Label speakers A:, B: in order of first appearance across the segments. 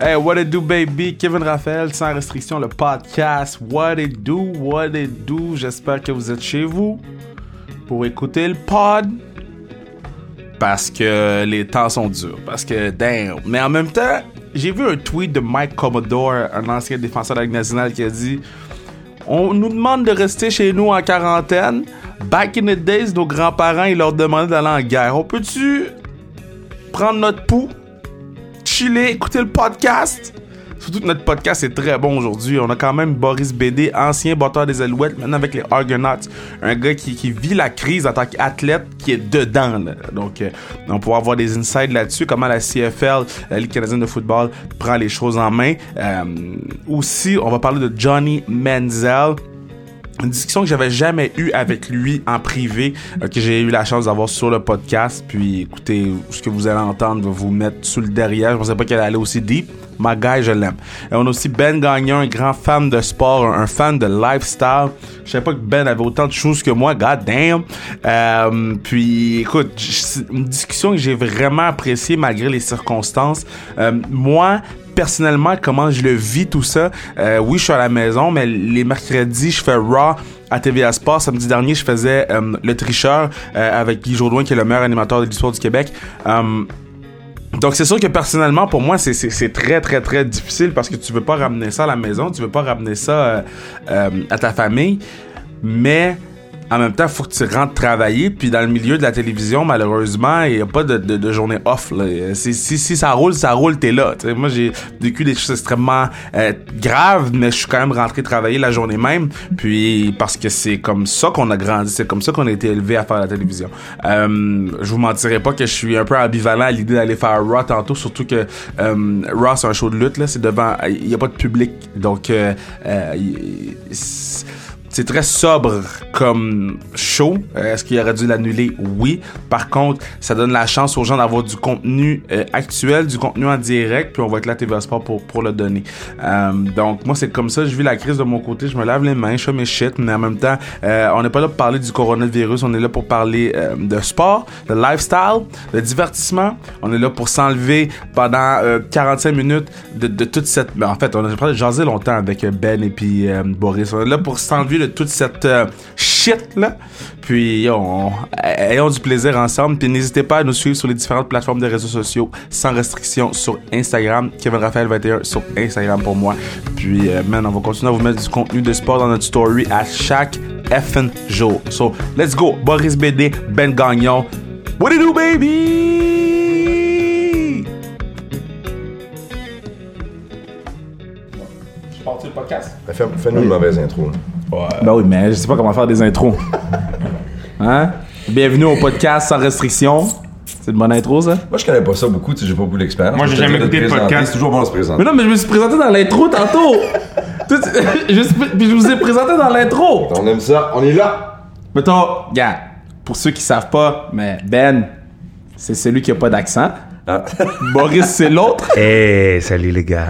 A: Hey, what it do, baby? Kevin Raphaël, sans restriction, le podcast. What it do, what it do. J'espère que vous êtes chez vous pour écouter le pod. Parce que les temps sont durs. Parce que, damn. Mais en même temps, j'ai vu un tweet de Mike Commodore, un ancien défenseur de la Ligue nationale, qui a dit On nous demande de rester chez nous en quarantaine. Back in the days, nos grands-parents, ils leur demandaient d'aller en guerre. On peut-tu prendre notre pouls chiller, écouter le podcast. Surtout que notre podcast est très bon aujourd'hui. On a quand même Boris Bédé, ancien batteur des Alouettes, maintenant avec les Argonauts. Un gars qui, qui vit la crise en tant qu'athlète, qui est dedans. là. Donc, euh, on pourra avoir des insights là-dessus, comment la CFL, la Ligue canadienne de football, prend les choses en main. Euh, aussi, on va parler de Johnny Manziel une discussion que j'avais jamais eue avec lui en privé, euh, que j'ai eu la chance d'avoir sur le podcast. Puis écoutez, ce que vous allez entendre va vous mettre sous le derrière. Je pensais pas qu'elle allait aussi deep. Ma guy, je l'aime. Et on a aussi Ben Gagnon, un grand fan de sport, un, un fan de lifestyle. Je savais pas que Ben avait autant de choses que moi. God damn. Euh, puis écoute, j- c'est une discussion que j'ai vraiment appréciée malgré les circonstances. Euh, moi, personnellement comment je le vis tout ça. Euh, oui, je suis à la maison, mais les mercredis, je fais Raw à TVA Sport. Samedi dernier, je faisais euh, Le Tricheur euh, avec Guy Jourdouin, qui est le meilleur animateur de l'histoire du Québec. Euh, donc c'est sûr que personnellement pour moi c'est- c'est c'est très très très difficile parce que tu veux pas ramener ça à la maison, tu veux pas ramener ça euh, euh, à ta famille, mais en même temps faut que tu rentres travailler puis dans le milieu de la télévision malheureusement il y a pas de, de- de journée off là. C'est- Si, si ça roule ça roule t'es là. Tu sais, moi j'ai vécu des choses extrêmement euh, graves mais je suis quand même rentré travailler la journée même puis parce que c'est comme ça qu'on a grandi c'est comme ça qu'on a été élevé à faire la télévision. Euh, je vous mentirai pas que je suis un peu ambivalent à l'idée d'aller faire Raw tantôt, surtout que euh, Raw c'est un show de lutte là, c'est devant, il y a pas de public, donc euh, euh, y- c'est c'est très sobre comme show. Euh, Est-ce qu'il aurait dû l'annuler Oui. Par contre, ça donne la chance aux gens d'avoir du contenu euh, actuel, du contenu en direct, puis on va être là à TVA Sport pour pour le donner. Euh, donc moi c'est comme ça, je vis la crise de mon côté, je me lave les mains, je fais mes shit, mais en même temps, euh, on n'est pas là pour parler du coronavirus, on est là pour parler euh, de sport, de lifestyle, de divertissement. On est là pour s'enlever pendant euh, 45 minutes de, de toute cette... mais En fait, on a parlé de jaser longtemps avec euh, Ben et puis euh, Boris. On est là pour s'enlever de toute cette euh, shit-là. Puis, yo, on- eh, ayons du plaisir ensemble. Puis n'hésitez pas à nous suivre sur les différentes plateformes de réseaux sociaux sans restriction sur Instagram. Kevin Raphaël 21 sur Instagram pour moi. Puis, euh, man, on va continuer à vous mettre du contenu de sport dans notre story à chaque effing jour. So, let's go. Boris BD, Ben Gagnon. What do you do, baby? Je parti le podcast.
B: Ben, fais- Fais-nous une mauvaise intro. là.
A: Ben oui, mais je sais pas comment faire des intros. Hein? Bienvenue au podcast sans restriction. C'est une bonne intro, ça?
B: Moi, je connais pas ça beaucoup, tu sais, j'ai pas beaucoup d'expérience.
C: Moi, j'ai
B: Je te
C: jamais
B: dis de te
C: écouté de
B: présenter,
C: podcast.
B: C'est toujours bon de se
A: Mais
B: présenter.
A: non, mais je me suis présenté dans l'intro tantôt! Tout- je me suis- puis je vous ai présenté dans l'intro!
B: Ben, On aime ça, on est là.
A: Mettons, regarde, pour ceux qui savent pas, mais Ben, c'est celui qui a pas d'accent. Boris, c'est l'autre.
D: Hey, Eh, salut les gars.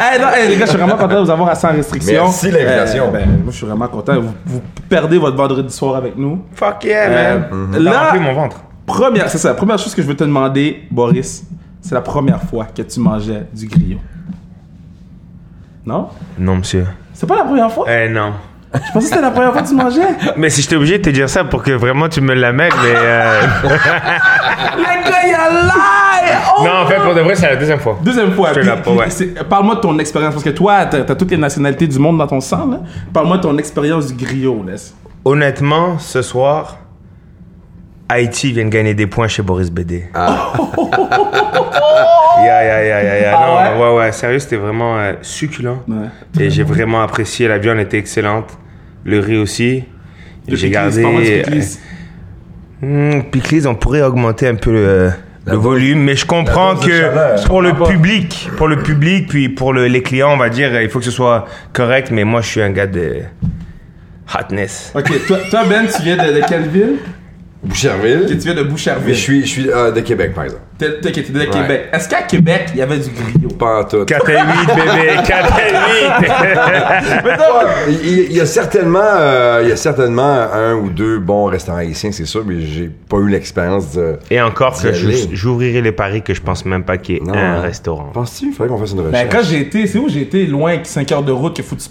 A: Hey, non, hey, les gars, je suis vraiment content de vous avoir à sans restriction.
B: Merci l'invitation.
A: ben, moi, je suis vraiment content. Vous, vous perdez votre vendredi soir avec nous.
C: Fuck yeah,
A: Euh,
C: man. T'as
A: Là,
C: rempli mon ventre.
A: première, c'est ça, la première chose que je veux te demander, Boris, c'est la première fois que tu mangeais du grillon. Non?
D: Non, monsieur.
A: C'est pas la première fois?
D: Eh non.
A: Je pensais que c'était la première fois que tu mangeais.
D: Mais si j'étais obligé de te dire ça pour que vraiment tu me l'amènes, mais. euh,
A: Le gars, il a l'air! Oh!
D: non, en fait, pour de vrai, c'est la deuxième fois.
A: Deuxième fois.
D: Je te
A: Puis-
D: la promets.
A: puis c'est- Parle-moi de ton expérience, parce que toi, t'as t'as toutes les nationalités du monde dans ton sang, là. Parle-moi de ton expérience du griot, là.
D: Honnêtement, ce soir, Haïti vient de gagner des points chez Boris Bédé. Ya, ya, ya, ya, ya.
A: Ah
D: Non, ouais, ouais, sérieux, c'était vraiment euh, succulent.
A: Ouais.
D: Et j'ai vraiment apprécié. La viande était excellente. Le riz aussi. Et J'ai gardé. euh, Hmm, Piclis, on pourrait augmenter un peu le, euh, le volume, mais je comprends
B: dose de
D: que
B: chaleur.
D: pour le public, pour le public, puis pour le- les clients, on va dire, euh, il faut que ce soit correct, mais moi, je suis un gars de hotness.
A: Ok, toi, toi, Ben, tu viens de, de quelle ville? Que tu
B: Boucherville.
A: viens de Boucherville.
B: Mais je suis, je suis euh, de Québec, par exemple.
A: T'es- t'es- t'es de
B: Ouais.
A: Québec. Est-ce qu'à Québec, il y avait du griot?
B: Pas en tout.
D: 4 à 8, bébé, 4 à 8.
B: Ah, Il, il- il y a certainement, euh, il y a certainement un ou deux bons restaurants haïtiens, c'est sûr, mais j'ai pas eu l'expérience de.
D: Et encore que
B: D'y aller.
D: j'ou- j'ouvrirai les paris que je pense même pas qu'il y ait
B: Non,
D: un
B: hein.
D: restaurant.
B: Penses-tu qu'il faudrait qu'on fasse une
A: Ben,
B: recherche
A: quand j'ai été, c'est où j'ai été? Loin, 5 heures de route, qu'il faut que tu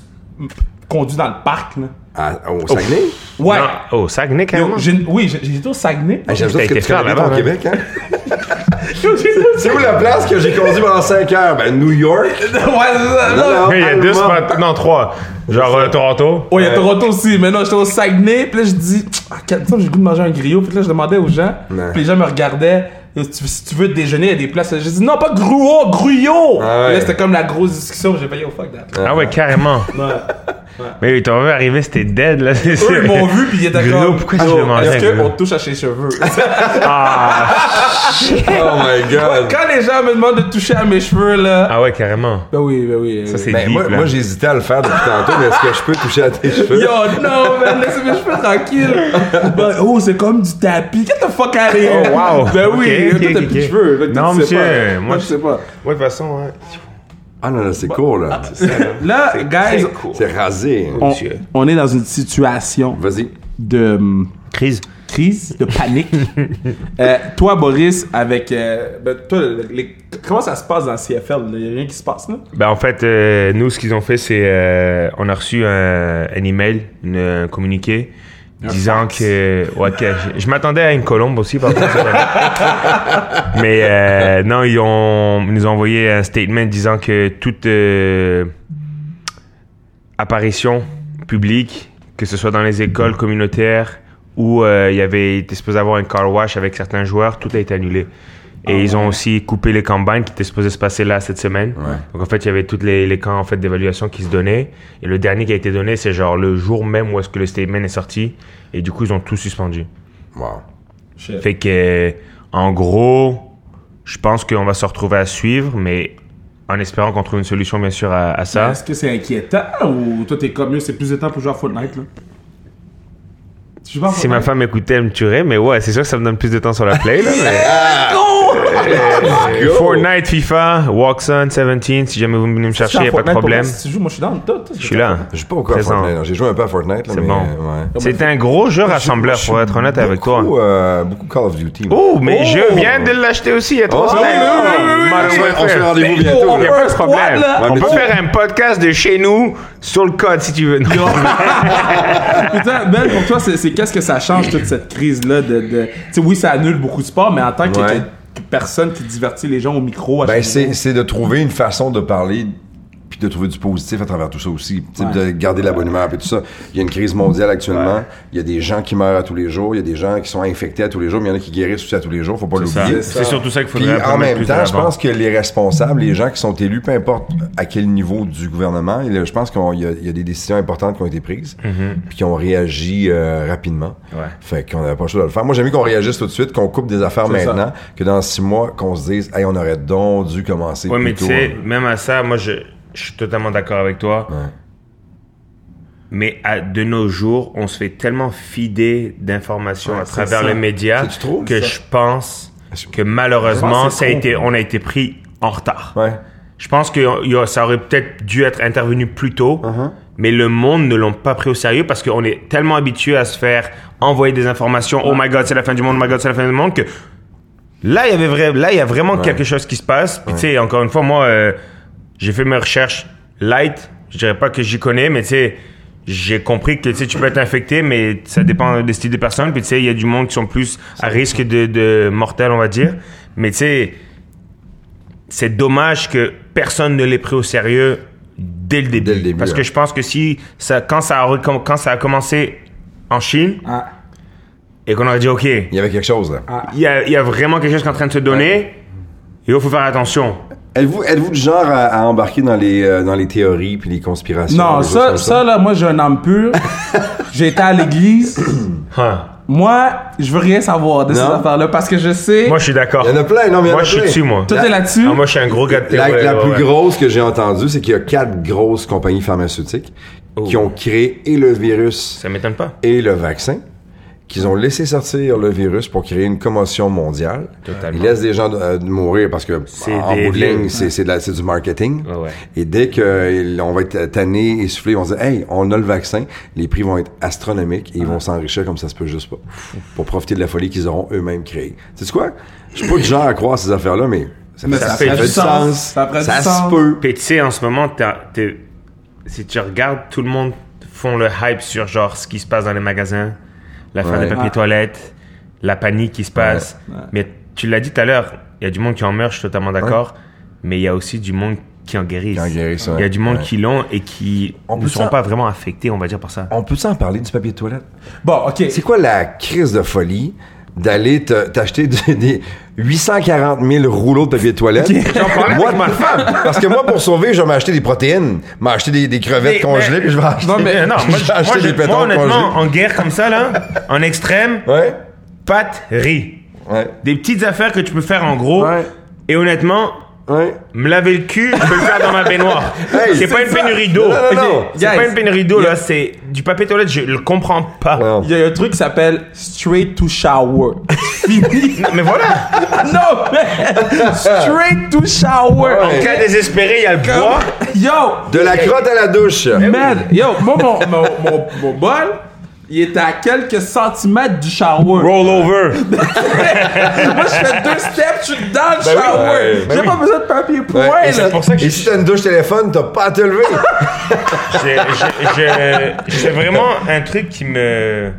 A: conduis dans le parc, là.
B: À- au Saguenay
A: Ouais.
D: Non. Oh, Saguenay,
A: Yo,
D: carrément.
A: j'ai- oui, j'ai- j'ai été au Saguenay.
B: Ah, J'aime ça
D: T'as
B: parce que
D: été
B: tu
D: faire
B: connais
D: là-bas,
B: ton
D: hein?
B: Québec, hein
A: Yo, j'ai été au
B: C'est où la place que j'ai conduit pendant 5 heures Ben, New York.
A: Saguenay. Ouais, là, là.
B: Non,
D: Il y a deux
B: Allemand.
D: spots, non, trois. Genre euh, Toronto.
A: Ouais, il y a Toronto aussi, mais non, j'étais au Saguenay, puis là, je dis, ah, quel temps j'ai le goût de manger un griot, puis là, je demandais aux gens,
B: Ouais.
A: puis les gens me regardaient, si tu, si tu veux déjeuner, il y a des places. J'ai dit, non, pas gruau, gruyot!
B: Ah ouais.
A: Puis Là, c'était comme la grosse discussion, j'ai payé au fuck that.
D: Ah ouais, carrément. Mais ils t'ont vu arriver, c'était dead, là. c'est-
A: Eux, ils m'ont vu, puis ils étaient
D: Griot,
A: comme,
D: pourquoi tu
A: Yo,
D: veux manger
A: Est-ce
D: un
A: qu'on
D: griot?
A: te touche à ses cheveux?
B: Oh my god.
A: Quand les gens me demandent de toucher à mes cheveux, là.
D: Ah ouais, carrément.
A: Ben oui, ben oui.
D: Ça,
A: oui.
D: c'est
B: Ben,
D: deep,
B: moi,
D: là.
B: moi j'hésitais à le faire depuis tantôt, mais est-ce que je peux toucher à tes cheveux
A: Yo, non, man, laissez mes cheveux tranquilles. Ben, oh, c'est comme du tapis. Get the fuck out of here.
D: Oh, wow.
A: Ben
D: Ok,
A: oui,
D: ok,
A: toi, t'as
D: ok,
A: plus de
D: ok.
A: cheveux. fait que
D: Non,
A: tu sais pas.
D: monsieur,
A: Moi,
D: moi,
A: je sais pas.
D: Ouais, de toute façon, ouais.
B: Ah non, non, c'est cool, là.
A: Là, guys,
B: C'est rasé.
A: on, on est dans une situation
B: Vas-y.
A: de hum,
D: Crise.
A: crise, de panique. Euh, toi, Boris, avec. euh, ben, toi, le- les- comment ça se passe dans le CFL? Il n'y a rien qui se passe, là?
D: Ben, en fait, euh, nous, ce qu'ils ont fait, c'est. euh, on a reçu un, un email, une- un communiqué, disant que. Ouais, que je, je m'attendais à une colombe aussi, par contre. Mais euh, non, ils, ont, ils nous ont envoyé un statement disant que toute euh, apparition publique, que ce soit dans les écoles communautaires où euh, il y avait était supposé avoir un car wash avec certains joueurs, tout a été annulé. Et ils ont aussi coupé les campagnes qui étaient supposées se passer là cette semaine.
B: Ouais.
D: Donc en fait, il y avait tous les, les camps en fait, d'évaluation qui se donnaient. Et le dernier qui a été donné, c'est genre le jour même où est-ce que le statement est sorti. Et du coup, ils ont tout suspendu.
B: Wow.
D: Fait que, en gros, je pense qu'on va se retrouver à suivre, mais en espérant qu'on trouve une solution, bien sûr, à, à ça.
A: Est-ce que c'est inquiétant ou toi, t'es comme mieux, c'est plus de temps pour jouer à Fortnite, là? Tu joues à
D: Si ma
A: Fortnite?
D: femme écoutait, elle me tuerait, mais ouais, c'est sûr que ça me donne plus de temps sur la play, là, mais-
B: Go!
D: Fortnite, FIFA, Walkson, 17, si jamais vous venez me
A: Tu joues
D: chercher,
A: à
D: y a pas de
A: Fortnite pour
D: problème.
A: vrai, Si tu joues, moi, je suis dans le tas.
D: Je suis là.
B: J'ai pas encore à
D: Présent.
B: Fortnite. non. J'ai joué un peu à Fortnite, là,
D: C'est
B: mais
D: bon.
B: ouais.
D: C'est un gros jeu rassembleur,
B: Je-
D: pour être honnête avec toi.
B: Beaucoup, euh, beaucoup Call of Duty. moi.
D: Oh, mais
B: Oh!
D: je viens de l'acheter aussi il y a trois
B: Oh,
D: semaines.
B: oui, oui, oui, oui, oui.
D: Modern
B: On se-
D: Warfare.
B: on se fait rendez-vous bientôt.
D: Y a
B: là.
D: pas de problème.
A: Ouais,
D: On
B: mais
D: peut
B: tu-
D: faire un podcast de chez nous sur le code si tu veux. Non.
A: Putain, Ben, pour toi, c'est c'est qu'est-ce que ça change toute cette crise-là de. de... Tu sais, oui, ça annule beaucoup de sports, mais en tant que,
B: Ouais.
A: que- que personne qui divertit les gens au micro. À
B: Ben,
A: chaque
B: c'est
A: moment.
B: c'est de trouver une façon de parler puis de trouver du positif à travers tout ça aussi, Tu sais, de garder la bonne humeur et tout ça. Il y a une crise mondiale actuellement, il y a des gens qui meurent à tous les jours, il y a des gens qui sont infectés à tous les jours, mais il y en a qui guérissent aussi à tous les jours, faut pas l'oublier.
A: C'est ça.
D: surtout ça qu'il
B: Puis en
D: apprendre
B: même
D: plus
B: temps,
D: à
B: je
D: l'avant.
B: pense que les responsables, les gens qui sont élus, peu importe à quel niveau du gouvernement, et là, je pense qu'il y, a- il y a des décisions importantes qui ont été prises, puis qui ont réagi euh, rapidement.
D: Mhm. Ouais.
B: Fait qu'on n'avait pas le choix de le faire. Moi, j'aime mieux qu'on réagisse tout de suite, qu'on coupe des affaires
A: C'est
B: maintenant, que dans six mois, qu'on se dise, hey, on aurait donc dû commencer
D: Ouais,
B: plus
D: mais tu
B: tôt.
D: sais, même à ça, moi, je, je suis totalement d'accord avec toi.
B: Ouais.
D: Mais à- de nos jours, on se fait tellement fider d'informations
A: Ouais,
D: à
A: c'est
D: travers
A: ça.
D: les médias
B: C'est-tu trop,
D: que
A: ça?
D: je pense
B: Est-ce que-
D: que malheureusement,
A: Je pense que c'est
D: ça
A: trop.
D: a été, on a été pris en retard.
B: Ouais.
D: Je pense que euh, il y a- ça aurait peut-être dû être intervenu plus tôt,
A: Uh-huh.
D: mais le monde ne l'ont pas pris au sérieux parce qu'on est tellement habitué à se faire envoyer des informations. Oh my god, c'est la fin du monde. Oh my god, c'est la fin du monde que là il y avait vrai, là il y a vraiment quelque chose qui se passe. Puis tu sais, encore une fois, moi euh, j'ai fait mes recherches light. Je dirais pas que j'y connais, mais tu sais. J'ai compris que tu sais, tu peux être infecté, mais ça dépend des styles des personnes. Puis tu sais, il y a du monde qui sont plus à risque de, de mortel, on va dire. Mais tu sais, c'est dommage que personne ne l'ait pris au sérieux dès le début.
B: Dès le début,
D: Parce
B: hein.
D: que je pense que si ça, quand ça a recomm- quand ça a commencé en Chine
A: Ah,
D: et qu'on aurait dit ok, il
B: Il y avait quelque chose, là.
D: y a, il y a vraiment quelque chose qui est en train de se donner. Et il faut faire attention.
B: Êtes-vous êtes-vous du genre à, à embarquer dans les, euh, dans les théories puis les conspirations?
A: Non,
B: des choses
A: ça,
B: comme
A: ça, là, moi, j'ai un âme pur. j'ai été à l'église.
D: Hein.
A: moi, je veux rien savoir de ces
B: Non.
A: affaires-là parce que je sais.
D: Moi, je suis d'accord.
B: Il y en a plein, non, mais il y en
D: Moi,
B: a
D: je suis
B: plein.
D: dessus, moi.
A: Toi, t'es là-dessus.
D: Ah, moi, je suis un gros gars de
B: La,
D: théorie,
B: la
D: ouais,
B: plus
D: ouais.
B: grosse que j'ai entendue, c'est qu'il y a quatre grosses compagnies
D: Oh.
B: pharmaceutiques qui ont créé et le virus
D: Ça m'étonne pas.
B: et le vaccin, qu'ils ont laissé sortir le virus pour créer une commotion mondiale.
D: Totalement.
B: Ils laissent des gens euh, mourir parce que,
D: C'est
B: en
D: des
B: bout de ligne,
D: vieux.
B: c'est c'est de la- c'est du marketing.
D: Ouais, ouais.
B: Et dès que euh, on va être tanné, essoufflé, on se dit, hey, on a le vaccin, les prix vont être astronomiques et ils vont s'enrichir comme ça se peut juste pas. Pour profiter de la folie qu'ils auront eux-mêmes créée. Tu sais quoi? Je suis pas du genre à croire ces affaires-là, mais ça fait,
A: Mais
D: ça fait du
A: sens. Ça ferait du sens.
B: se peut.
D: Puis tu sais, en ce moment, t'as- t'es- si tu regardes, tout le monde font le hype sur genre ce qui se passe dans les magasins, la fin
B: Ouais.
D: des papiers
A: Ouais.
D: toilettes, la panique qui se passe. Mais tu l'as dit tout à l'heure, il y a du monde qui en meurt, je suis totalement d'accord, mais il y a aussi du monde qui en guérissent.
B: Qui en guérissent, ouais.
D: Il y a du monde
B: Ouais.
D: qui l'ont et qui
B: On
D: ne
B: peut
D: seront
B: ça-
D: pas vraiment affectés, on va dire, par ça.
B: On peut en parler du papier de toilette?
A: Bon, ok.
B: C'est quoi la crise de folie d'aller te- t'acheter des, des 840 000 rouleaux de papier de toilette?
D: J'en parlais
B: Moi,
D: avec ma femme.
B: Parce que moi, pour sauver, je vais m'acheter des protéines, m'acheter des, des crevettes
D: Mais-
B: congelées,
D: mais-
B: puis je vais acheter,
D: Non, mais non, moi,
B: je vais
D: je- moi,
B: acheter
D: je-
B: des
D: moi,
B: pétons
D: honnêtement,
B: congelés.
D: en guerre comme ça, là, en extrême,
B: Ouais,
D: pâte, riz.
B: ouais,
D: Des petites affaires que tu peux faire en gros.
B: Ouais.
D: Et honnêtement,
B: ouais.
D: Me laver le cul, je peux le faire dans ma baignoire.
B: Hey,
D: c'est pas
B: c'est
D: une
B: ça.
D: pénurie
B: Non,
D: d'eau.
B: non, non.
D: C'est
A: Guys,
D: pas une pénurie d'eau,
A: y a-
D: là. C'est du papier toilette, je le comprends pas.
B: Non.
A: Il y a un truc qui s'appelle Straight to Shower.
D: Non, mais voilà.
A: non, mais Straight to Shower.
B: Ouais.
D: En cas désespéré, il y a le bois.
A: Yo,
B: De la crotte à la douche.
A: man, yo, moi, mon, mon, mon, mon bol, il est à quelques centimètres du shower.
D: Roll over.
A: Moi, je fais deux steps, je suis dans le
B: oui.
A: shower.
B: Ouais, ben
A: J'ai
B: oui.
A: pas besoin de papier point,
B: Ouais,
A: là.
B: et, si-
D: pour ça que
B: et
D: je-
B: si t'as une douche téléphone, t'as pas à te lever.
D: J'ai- j'ai- j'ai- C'est vraiment un truc qui me.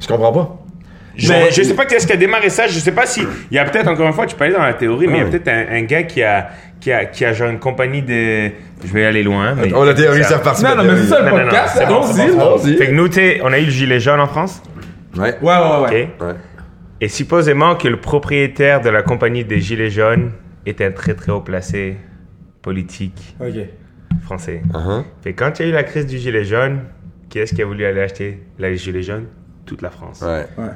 B: je comprends pas.
D: Je,
A: Mais-
D: je sais pas qu'est-ce qui a démarré ça. Je sais pas si. Il y a peut-être, encore une fois, tu peux aller dans la théorie, mais il y a
B: oui.
D: peut-être un, un gars qui a, qui, a, qui a genre une compagnie de. Je vais aller loin. Mais...
B: Oh, la théorie, ça repartit.
A: Non, non,
B: la
A: mais c'est
B: théorie.
A: ça le
D: Non, non, non,
A: podcast,
D: c'est bon,
A: allons-y,
D: c'est
B: bon,
A: là.
B: c'est bon.
D: Fait que nous, t'sais, on a eu le gilet jaune en France.
B: Ouais.
A: Ouais, ouais, ouais.
D: Ok.
B: Ouais.
D: Et supposément que le propriétaire de la compagnie des Gilets jaunes est un très très haut placé politique
A: Ok.
D: français.
B: Uh-huh.
D: Fait que quand il y a eu la crise du Gilet jaune, qui est-ce qui a voulu aller acheter les Gilets jaunes Toute la France.
B: Ouais.
A: Ouais.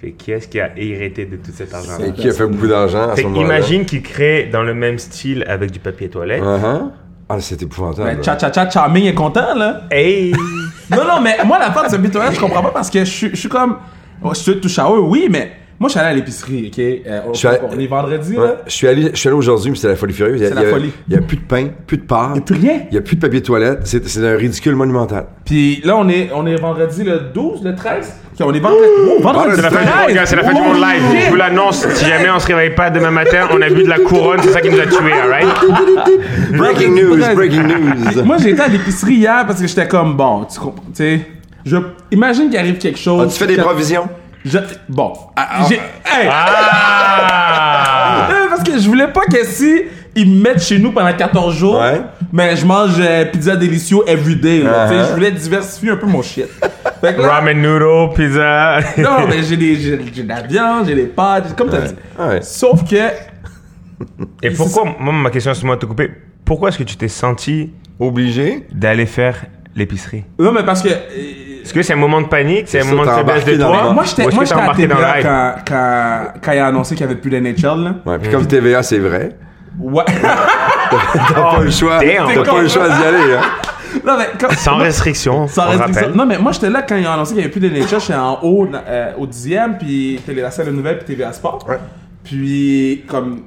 D: Fait qui est-ce qui a hérité de tout cet argent
B: Et qui a fait beaucoup d'argent à
D: Fait
B: ce moment-là.
D: imagine qu'il crée dans le même style avec du papier toilette.
B: Uh-huh. Ah, c'est épouvantable.
A: Ben, Cha Cha Cha Charming est content, là.
D: Hey
A: Non, non, mais moi, la part de ce bitoyen, je comprends pas parce que je suis- je suis comme. Oh, je suis touche à eux, oui, mais moi, je suis allé à l'épicerie, ok? euh, au-
B: suis allé-
A: pour les vendredis,
B: Ouais,
A: là.
B: je suis allé, je suis allé aujourd'hui, mais c'était la folie furieuse. Il y a-
A: C'est la
B: il y a-
A: folie.
B: Il y a plus de pain, plus de
A: Y a
B: pâtes.
A: plus rien.
B: Il y a plus de papier de toilette. C'est c'est un ridicule monumental.
A: Puis là, on est, on est vendredi le 12, le 13. Ok, on est vendredi. Oh, vendredi,
B: C'est la fin du
A: le 13.
D: Regarde, c'est la fin du monde live. Je vous l'annonce, si jamais on se réveille pas demain matin, on a bu de la couronne, c'est ça qui nous a tués, alright
B: Breaking news, breaking news.
A: Moi, j'étais à l'épicerie hier parce que j'étais comme, bon, tu comprends, tu sais. Je, imagine qu'il arrive quelque chose.
B: As-tu fait des
A: que-
B: provisions?
A: je- Bon. j'ai, hey,
D: Ah
A: Euh, parce que je voulais pas que si ils me mettent chez nous pendant 14 jours,
B: Ouais.
A: mais je mange euh, pizza délicieux everyday. là, tu sais,
B: Uh-huh.
A: Je voulais diversifier un peu mon shit. Fait que là,
D: Ramen noodle, pizza.
A: non, mais j'ai des- j'ai j'ai de la viande, j'ai des pâtes, j'ai- comme t'as dit.
B: Ouais.
A: Sauf que
D: Et pourquoi, moi, ma question, c'est moi de te couper. Pourquoi est-ce que tu t'es senti
B: Obligé?
D: d'aller faire l'épicerie
A: non, mais parce que euh,
D: Est-ce que c'est un moment de panique C'est un
B: ça,
D: moment de
B: t'as
D: faiblesse de
B: embarqué dans le
D: toi
B: vent.
A: moi j'étais
D: Ou est-ce
A: moi
D: que t'as
A: j'étais à
D: embarqué dans le
A: TVA
D: hype
A: quand, quand, quand il a annoncé qu'il y avait plus d'NHL là.
B: Ouais, puis comme TVA, c'est vrai.
A: Ouais.
B: T'as pas le
A: hein.
B: choix.
D: damn.
B: T'as pas le choix d'y aller, hein.
A: non mais comme-
D: Sans restriction,
A: Sans
D: on
A: restriction.
D: rappelle.
A: Non, mais moi, j'étais là quand ils ont annoncé qu'il n'y avait plus de NHL. J'étais en haut, euh, au dixième, puis télé la salle de nouvelles, puis TVA Sport.
B: Ouais.
A: Puis, comme,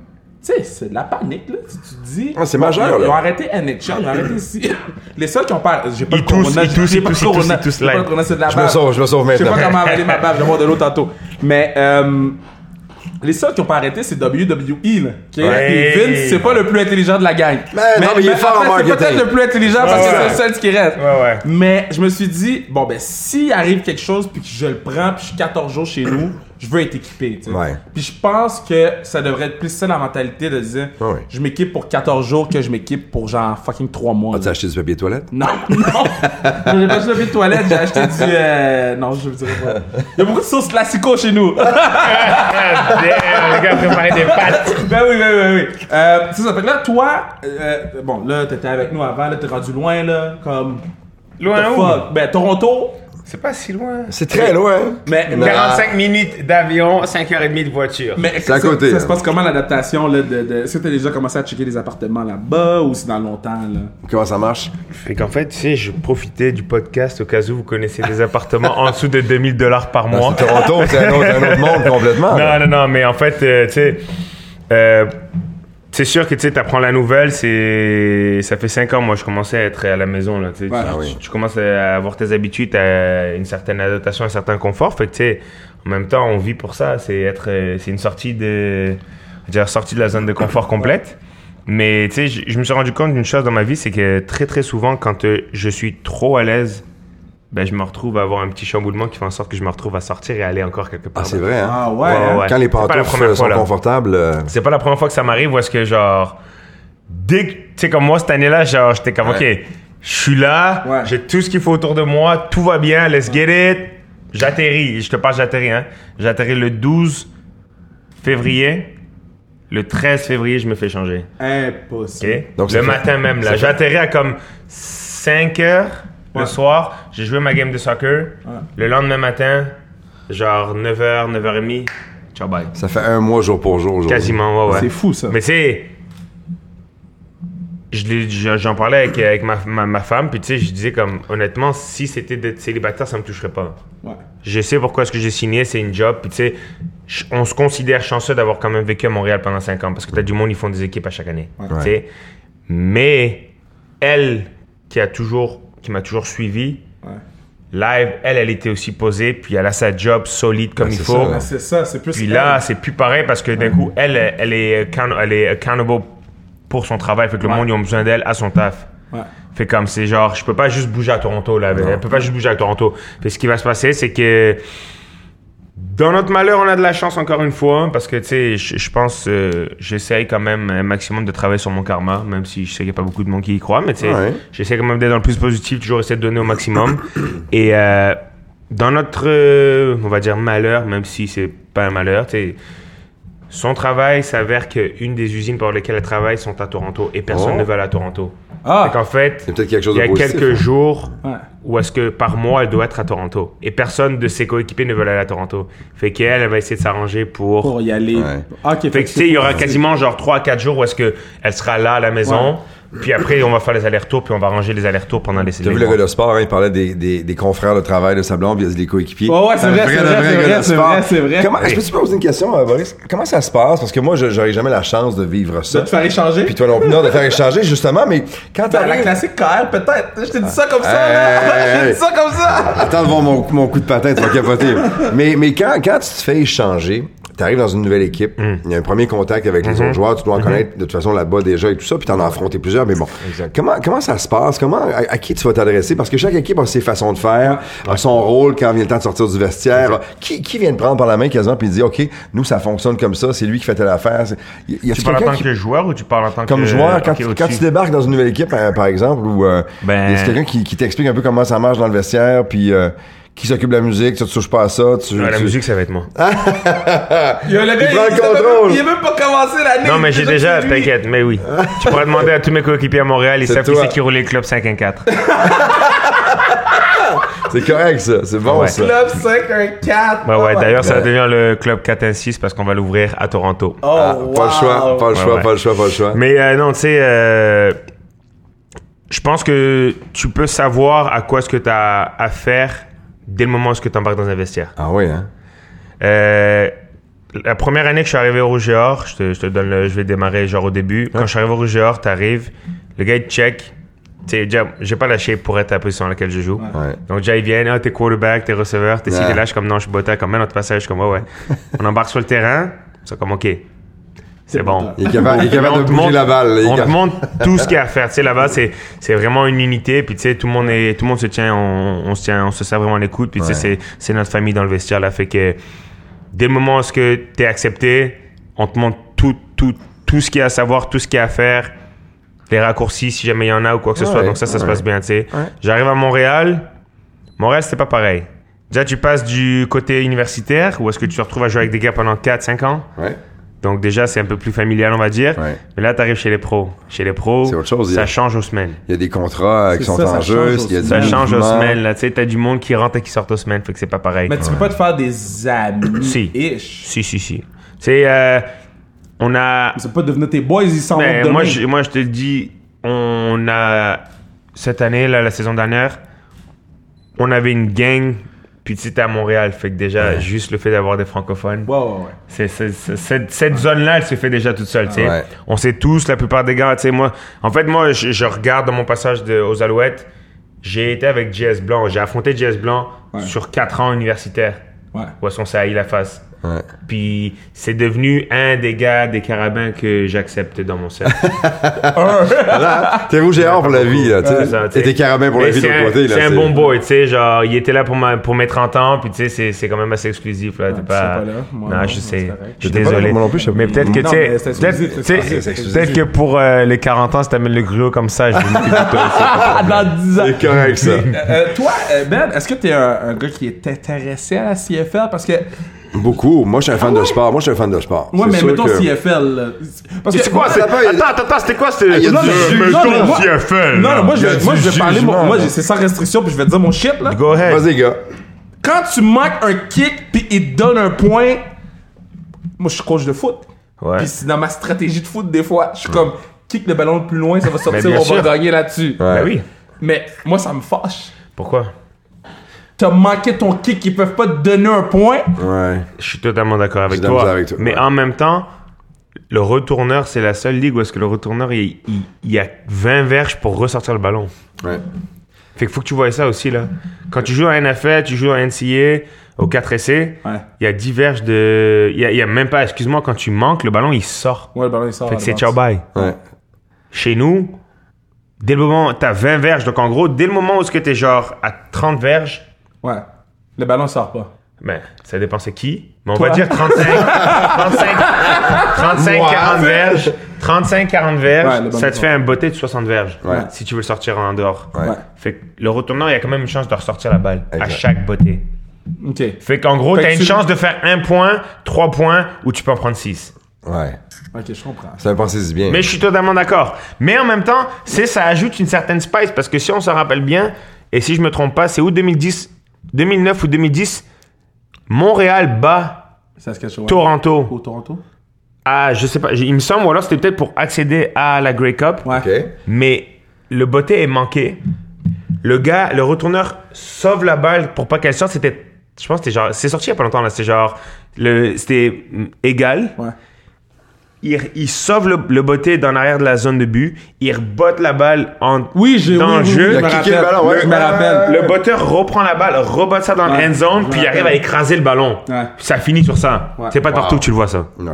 A: tu sais, c'est de la panique, là. Tu, tu te dis.
B: Ah, c'est majeur,
A: Ils,
B: là.
A: ils ont arrêté NHL, ils ont arrêté ici. Les seuls qui ont pas. J'ai pas
D: Ils
A: le
D: tous,
A: corona,
D: ils tous,
A: j'ai
D: ils
A: pas
D: tous,
A: le
D: ils tous,
A: corona,
D: ils tous
A: j'ai pas le
D: live.
A: corona, c'est de la
B: Je me
A: bave.
B: sauve, je me sauve
A: Je sais
B: maintenant.
A: pas comment avaler ma bave, je vais boire de l'eau tantôt. Mais, euh, les seuls qui ont pas arrêté, c'est WWE, là. ok?
D: Ouais.
A: Puis Vince, c'est pas le plus intelligent de la gang.
B: Mais non, mais il est fort
A: fait,
B: en
A: C'est
B: marketing.
A: peut-être le plus intelligent parce que
D: Ouais,
A: c'est
D: ouais.
A: le seul qui reste.
D: Ouais, ouais.
A: Mais je me suis dit, bon, ben, s'il arrive quelque chose, puis que je le prends, puis je suis 14 jours chez nous, je veux être équipé, tu sais.
B: Ouais.
A: Puis je pense que ça devrait être plus ça la mentalité de dire,
B: Ouais, ouais.
A: je m'équipe pour 14 jours que je m'équipe pour genre fucking 3 mois.
B: As-tu
A: là.
B: acheté du papier de toilette?
A: Non, non! j'ai pas acheté de toilette, j'ai acheté du. euh, Non, je vous dirais pas. Il y a beaucoup de sauces classico chez nous! Ben
D: Ah, damn, le gars a préparé des pâtes.
A: ben oui, ben oui, ben oui. Euh, c'est ça, fait que là, toi, euh, bon, là, t'étais avec nous avant, là, t'es rendu loin, là, comme.
D: Loin
A: the
D: où?
A: fuck. Ben, Toronto,
D: C'est pas si loin.
B: C'est très loin.
D: Mais
B: Non.
D: 45 minutes d'avion, 5h30 de voiture.
A: Mais
B: C'est à
A: ça-
B: côté,
A: Ça,
B: là.
A: se passe comment l'adaptation là, de, de- Est-ce que t'as déjà commencé à checker les appartements là-bas ou c'est dans longtemps là
B: Comment ça marche?
D: Fait qu'en fait, tu sais, je profitais du podcast au cas où vous connaissez des appartements en dessous de 2000 dollars par
B: Non,
D: mois.
B: c'est Toronto, c'est un, autre- un autre monde complètement. là.
D: Non, non, non, mais en fait, euh, tu sais, euh, c'est sûr que tu sais, apprends la nouvelle, c'est. Ça fait 5 ans, moi, je commençais à être à la maison, là. tu sais.
A: Ouais.
D: tu,
A: Ah
B: oui.
D: tu- tu commences à avoir tes habitudes, à une certaine adaptation, un certain confort. Fait que, tu sais, en même temps, on vit pour ça. C'est être. euh, C'est une sortie de. je veux dire, sortie de la zone de confort complète. Mais, tu sais, je je me suis rendu compte d'une chose dans ma vie, c'est que très, très souvent, quand euh, je suis trop à l'aise, ben, je me retrouve à avoir un petit chamboulement qui fait en sorte que je me retrouve à sortir et aller encore quelque part.
B: Ah, c'est vrai, hein?
A: Ah ouais.
D: Ouais,
A: hein?
D: ouais.
B: Quand les
D: C'est pas la
B: pantoufles
D: première
B: sont
D: fois, là.
B: confortables, euh,
D: C'est pas la première fois que ça m'arrive où est-ce que genre dès que tu sais comme moi cette année-là genre j'étais comme
B: Ouais.
D: ok je suis là
A: Ouais.
D: j'ai tout ce qu'il faut autour de moi tout va bien let's get it j'atterris je te parle j'atterris hein j'atterris le 12 février le 13 février je me fais changer ok
A: hein? Impossible.
B: Mm. Donc,
D: le
B: ça fait-
D: matin même
B: ça
D: là
B: fait-
D: j'atterris à comme 5 heures le
A: Ouais.
D: soir j'ai joué ma game de soccer
A: Ouais.
D: le lendemain matin genre 9h 9h30 ciao bye
B: ça fait un mois jour pour jour. aujourd'hui.
D: quasiment ouais ouais
A: C'est fou ça.
D: mais c'est. je l'ai- je- J'en parlais avec, avec ma, ma, ma femme, puis tu sais, je disais comme, honnêtement, si c'était d'être célibataire, ça me toucherait pas.
A: Ouais.
D: Je sais pourquoi est-ce que j'ai signé, c'est une job, puis tu sais, ch- on se considère chanceux d'avoir quand même vécu à Montréal pendant 5 ans, parce que t'as du monde, ils font des équipes à chaque année.
A: Ouais.
D: tu sais. Mais elle, qui a toujours, qui m'a toujours suivi,
A: Ouais.
D: live, elle, elle était aussi posée, puis elle a sa job solide comme
B: Ouais,
D: il
B: c'est
D: faut.
B: ça,
A: Ah, c'est ça, c'est plus.
D: Puis là, c'est plus pareil parce que d'un coup, elle, elle est, account- elle est accountable pour son travail. Fait que le
A: Ouais.
D: monde, ils ont besoin d'elle à son taf.
A: Ouais.
D: Fait comme, c'est genre, je peux pas juste bouger à Toronto, là. Elle peut pas juste bouger à Toronto. Fait ce qui va se passer, c'est que dans notre malheur, on a de la chance encore une fois. hein, parce que, tu sais, je je pense, euh, j'essaye quand même un maximum de travailler sur mon karma, même si je sais qu'il y a pas beaucoup de monde qui y croit. Mais tu sais,
B: Ouais.
D: j'essaie quand même d'être dans le plus positif, toujours essayer de donner au maximum. Et euh, dans notre, euh, on va dire, malheur, même si c'est pas un malheur, tu sais, son travail s'avère qu'une des usines pour lesquelles elle travaille sont à Toronto et personne
B: Oh.
D: ne va aller à Toronto.
A: Ah.
D: Fait qu'en fait,
B: C'est peut-être quelque chose
D: il y
B: de hein.
D: a
B: positif.
D: quelques jours
A: Ouais.
D: où est-ce que par mois elle doit être à Toronto et personne de ses coéquipiers ne veut aller à Toronto. Fait qu'elle, elle va essayer de s'arranger pour.
A: Pour y aller.
B: Ouais.
A: Ah, Ok.
D: Fait que tu sais, il y aura quasiment genre 3 à 4 jours où est-ce que elle sera là à la maison. Puis après, on va faire les allers-retours, puis on va ranger les allers-retours pendant les
B: T'as vu le gars de sport, hein, il parlait des, des, des confrères de travail de Sablon, puis il a dit des coéquipiers.
A: Oh ouais, c'est
B: Un
A: vrai, c'est
B: de
A: vrai, c'est
B: gars
A: vrai,
B: de
A: c'est
B: sport.
A: vrai, c'est vrai.
B: Comment, est-ce que tu peux poser une question, euh, Boris? Comment ça se passe? Parce que moi, je- j'aurais jamais la chance de vivre
A: De
B: ça.
A: te faire échanger.
B: Puis toi non plus, non, de faire échanger, justement, mais quand
A: Ben, la
B: t'arrives...
A: classique KR peut-être. Je t'ai dit ça comme ça. là.
B: Hey,
A: Je t'ai
B: hey.
A: dit ça comme ça.
B: Attends de voir mon, mon coup de patin, tu vas capoter. mais mais quand, quand tu te fais échanger, tu arrives dans une nouvelle équipe, il y a un premier contact avec les autres joueurs, tu dois en connaître de toute façon là-bas déjà et tout ça, puis tu en as affronté plusieurs, mais bon. Comment, comment ça se passe? Comment, à, à qui tu vas t'adresser? Parce que chaque équipe a ses façons de faire, a son rôle quand vient le temps de sortir du vestiaire. Qui, qui vient te prendre par la main quasiment puis dit, OK, nous, ça fonctionne comme ça, c'est lui qui fait telle affaire. C'est- Y, y a
D: Tu parles en tant
B: qui-
D: que joueur ou tu parles en tant que.
B: comme joueur, quand,
D: euh, Ok,
B: tu-
D: au-dessus.
B: quand tu débarques dans une nouvelle équipe, hein, par exemple, ou euh,
D: Ben-
B: c'est quelqu'un qui, qui t'explique un peu comment ça marche dans le vestiaire, puis euh, qui s'occupe de la musique, tu te touches pas à ça, tu...
D: Ouais, la
B: tu- Ah,
D: musique, ça va être moi.
A: Yo, le gars,
B: prend le
A: il, il a même-
B: contrôle.
A: il a même pas commencé l'année.
D: Non, mais j'ai déjà,
A: c'est lui.
D: t'inquiète, mais oui. tu pourras demander à tous mes coéquipiers à Montréal, ils
B: C'est
D: savent qui
B: toi.
D: c'est qui roulait le club 5-4.
B: C'est correct, ça. C'est bon,
D: Ouais.
B: ça.
A: Club 5 1 4.
D: Ouais, ouais, d'ailleurs, ça va
B: Ouais.
D: devenir le club 4-6 parce qu'on va l'ouvrir à Toronto.
A: Oh,
B: Ah, Pas le choix, pas le
D: Ouais,
B: choix,
D: ouais.
B: pas le choix, pas le choix.
D: Mais euh, non, tu sais, euh, je pense que tu peux savoir à quoi est-ce que tu as affaire dès le moment où est-ce que tu embarques dans un vestiaire.
B: Ah oui, hein?
D: Euh, la première année que je suis arrivé au Rouge et Or, je te, je te donne le- je vais démarrer genre au début. Quand je suis arrivé au Rouge et Or, t'arrives, le gars il te check. Tu sais, déjà, j'ai pas lâché pour être à la position à laquelle je joue.
B: Ouais.
D: Donc, déjà, ils viennent, ah, t'es quarterback, t'es receveur, t'es ci,
B: Ouais.
D: t'es là. Je suis comme, non, je suis botta, comme, même, notre passage, je suis comme, ouais, ouais. On embarque sur le terrain, c'est comme, ok, c'est bon.
B: Il est capable, il est capable
D: On
B: de
D: te
B: bouger
D: montre-
B: la balle. il est
D: On te
B: capable-
D: montre tout ce qu'il y a à faire. Tu sais, là-bas, c'est, c'est vraiment une unité. Puis, tu sais, tout le monde est, tout le monde se tient, on, on se tient, on se serre vraiment les coudes. Puis, tu sais, c'est, c'est notre famille dans le vestiaire, là. Fait que, dès le moment où est-ce que t'es accepté, on te montre tout, tout, tout ce qu'il y a à savoir, tout ce qu'il y a à faire. Les raccourcis, si jamais il y en a ou quoi que ce soit.
B: Ouais,
D: Donc, ça, ça se
B: ouais.
D: passe bien, tu sais. J'arrive à Montréal. Montréal, c'était pas pareil. Déjà, tu passes du côté universitaire, où est-ce que tu te retrouves à jouer avec des gars pendant 4-5 ans
B: Ouais.
D: Donc déjà, c'est un peu plus familial, on va dire.
B: Ouais.
D: Mais là, tu arrives chez les pros. Chez les pros,
B: C'est autre chose, il y
D: ça
B: a-
D: change aux semaines.
B: Il y a des contrats euh, qui
C: C'est
B: sont
C: ça,
B: en
C: ça
B: jeu.
C: change
B: Il y a
C: aussi.
B: du
D: Ça change aux
B: mouvement.
D: semaines, là. Tu sais, t'as du monde qui rentre et qui sort aux semaines, fait que c'est pas pareil.
A: Mais tu peux pas te faire des amis-ish.
D: Si, si, si. C'est... Euh, on a...
A: Tu peux pas devenir tes boys, ils s'en vont
D: Ben,
A: demain.
D: moi, je, moi, je te le dis, on a. Cette année, là, la saison dernière, on avait une gang, puis tu sais, t'es à Montréal. Fait que déjà, juste le fait d'avoir des francophones,
A: Ouais, ouais, ouais.
D: c'est- c'est- c'est- cette, cette zone-là, elle se fait déjà toute seule, tu sais.
B: Ouais.
D: On sait tous, la plupart des gars, tu sais, moi. En fait, moi, je, je regarde dans mon passage de- aux Alouettes, j'ai été avec JS Blanc, j'ai affronté JS Blanc
A: Ouais.
D: sur 4 ans universitaires.
A: Ouais.
D: Boisson ça la face.
B: Ouais.
D: Puis c'est devenu un des gars des carabins que j'accepte dans mon cercle.
B: Voilà, T'es rouge et or pour la vie, là, tu
D: C'est ça,
B: sais.
D: tu sais.
B: Et t'es carabin pour
D: Mais
B: la vie de
D: c'est
B: l'autre
D: un-
B: côté, là.
D: C'est un bon boy, tu sais, genre, il était là pour, ma, pour mes 30 ans, puis tu sais, c'est- c'est quand même assez exclusif, là, t'es
A: Ah, tu
D: pas...
A: seras pas là. Moi,
D: non,
A: non,
D: je
A: c'est
D: sais,
A: correct.
D: je suis
B: J'étais pas là,
D: désolé.
B: moi non plus, je savais
D: mais
B: pas.
D: peut-être que, tu
A: Non, mais
D: sais,
A: c'est
D: peut-être-
A: exclusif, c'est
D: tu sais,
A: exclusif.
B: C'est exclusif.
D: peut-être que pour euh, les 40 ans, si t'amènes le griot comme ça, je vais m'occuper de toi, c'est pas
A: Ah,
D: grave.
A: dans 10 ans.
B: C'est correct, ça.
A: Euh, euh, toi, euh, Ben, est-ce que t'es un, un gars qui est intéressé à la CFL? Parce que, ouais,
B: Beaucoup. Moi, je suis un
D: Ah
B: fan de sport. Moi, je suis un fan de sport. C'est
A: mais
B: sûr
A: mettons
B: que-
A: CFL. là. Parce que,
D: C'est quoi, c'est...
B: ça peut-
D: Attends, attends, attends, c'était quoi, ce...
B: il y a
A: Non,
B: du-
A: mais-
B: Mais
A: non, mais moi-
D: CFL,
A: Non, non, moi, je
B: Il y a
A: vais, moi,
B: du
A: je vais parler. Moi,
B: jugement,
A: moi,
B: là.
A: j'ai- c'est sans restriction, puis je vais te dire mon shit, là.
D: Go ahead.
B: Vas-y, gars.
A: Quand tu manques un kick, puis il te donne un point, moi, je suis coach de foot.
D: Ouais.
A: Puis c'est dans ma stratégie de foot, des fois, je suis comme, kick le ballon le plus loin, ça va sortir,
D: bien
A: on
D: sûr.
A: va gagner là-dessus.
D: Ben oui.
A: Mais moi, ça me fâche.
D: Pourquoi?
A: T'as manqué ton kick, ils peuvent pas te donner un point.
B: Ouais.
D: Je suis totalement d'accord avec,
B: Je suis d'accord
D: toi.
B: avec toi,
D: Mais
B: ouais.
D: en même temps, le retourneur, c'est la seule ligue où est-ce que le retourneur, il, il- il y a 20 verges pour ressortir le ballon.
B: Ouais.
D: Fait qu'il faut que tu vois ça aussi, là. Quand tu joues à NFL, tu joues à NCA, au 4 essais,
A: Ouais.
D: il y a 10 verges de... Il y a, il y a même pas, excuse-moi, quand tu manques, le ballon, il sort.
A: Ouais, le ballon, il sort.
D: Fait que c'est
A: à la
D: ciao bye.
B: Ouais.
D: Chez nous, dès le moment, t'as 20 verges. Donc en gros, dès le moment où est-ce que t'es genre à 30 verges,
A: base. Ouais. Le ballon sort pas.
D: Ben, ça dépend c'est qui. Mais on
A: Toi.
D: va dire 35. 35, 35
B: Moi.
D: 40 verges. 35, 40 verges.
A: Ouais, le bon
D: ça te
A: point.
D: fait un beauté de 60 verges.
B: Ouais.
D: Si tu veux le sortir en dehors.
B: Ouais.
D: Fait que le retourneur, il y a quand même une chance de ressortir la balle à
B: Exact.
D: chaque beauté.
A: Ok.
D: Fait qu'en gros,
A: Fait
D: t'as
A: que
D: une
A: tu-
D: chance de faire un point, trois points, ou tu peux en prendre six.
B: Ouais.
A: Ok, je comprends.
B: Ça me pensait si bien.
D: Mais je suis totalement d'accord. Mais en même temps, c'est ça ajoute une certaine spice parce que si on se rappelle bien, et si je me trompe pas, c'est où 2010, 2009 ou 2010, Montréal bat
A: Ça se cache au
D: Toronto.
A: Au Toronto?
D: Ah, je sais pas. Il me semble, ou alors c'était peut-être pour accéder à la Grey Cup.
A: Ouais.
B: OK.
D: Mais le beauté est manqué. Le gars, le retourneur sauve la balle pour pas qu'elle sorte. C'était, je pense, que c'était genre, c'est sorti il y a pas longtemps là. C'est genre, le, c'était mm, égal.
A: Ouais.
D: Il, il sauve le, le beauté dans l'arrière de la zone de but. Il rebotte la balle en,
A: Oui, j'ai oui,
D: dans le
A: oui,
D: jeu.
A: oui, je
B: Il
A: me
B: a kické le
A: rappelle.
B: ballon, ouais.
A: Je me rappelle.
D: Le botteur reprend la balle, rebotte ça dans
A: Ouais.
D: la end zone,
A: Ouais.
D: puis il arrive à écraser le ballon.
A: Ouais.
D: Ça finit sur ça.
A: Ouais.
D: C'est pas partout
B: Wow.
D: que tu le vois ça.
B: Ouais.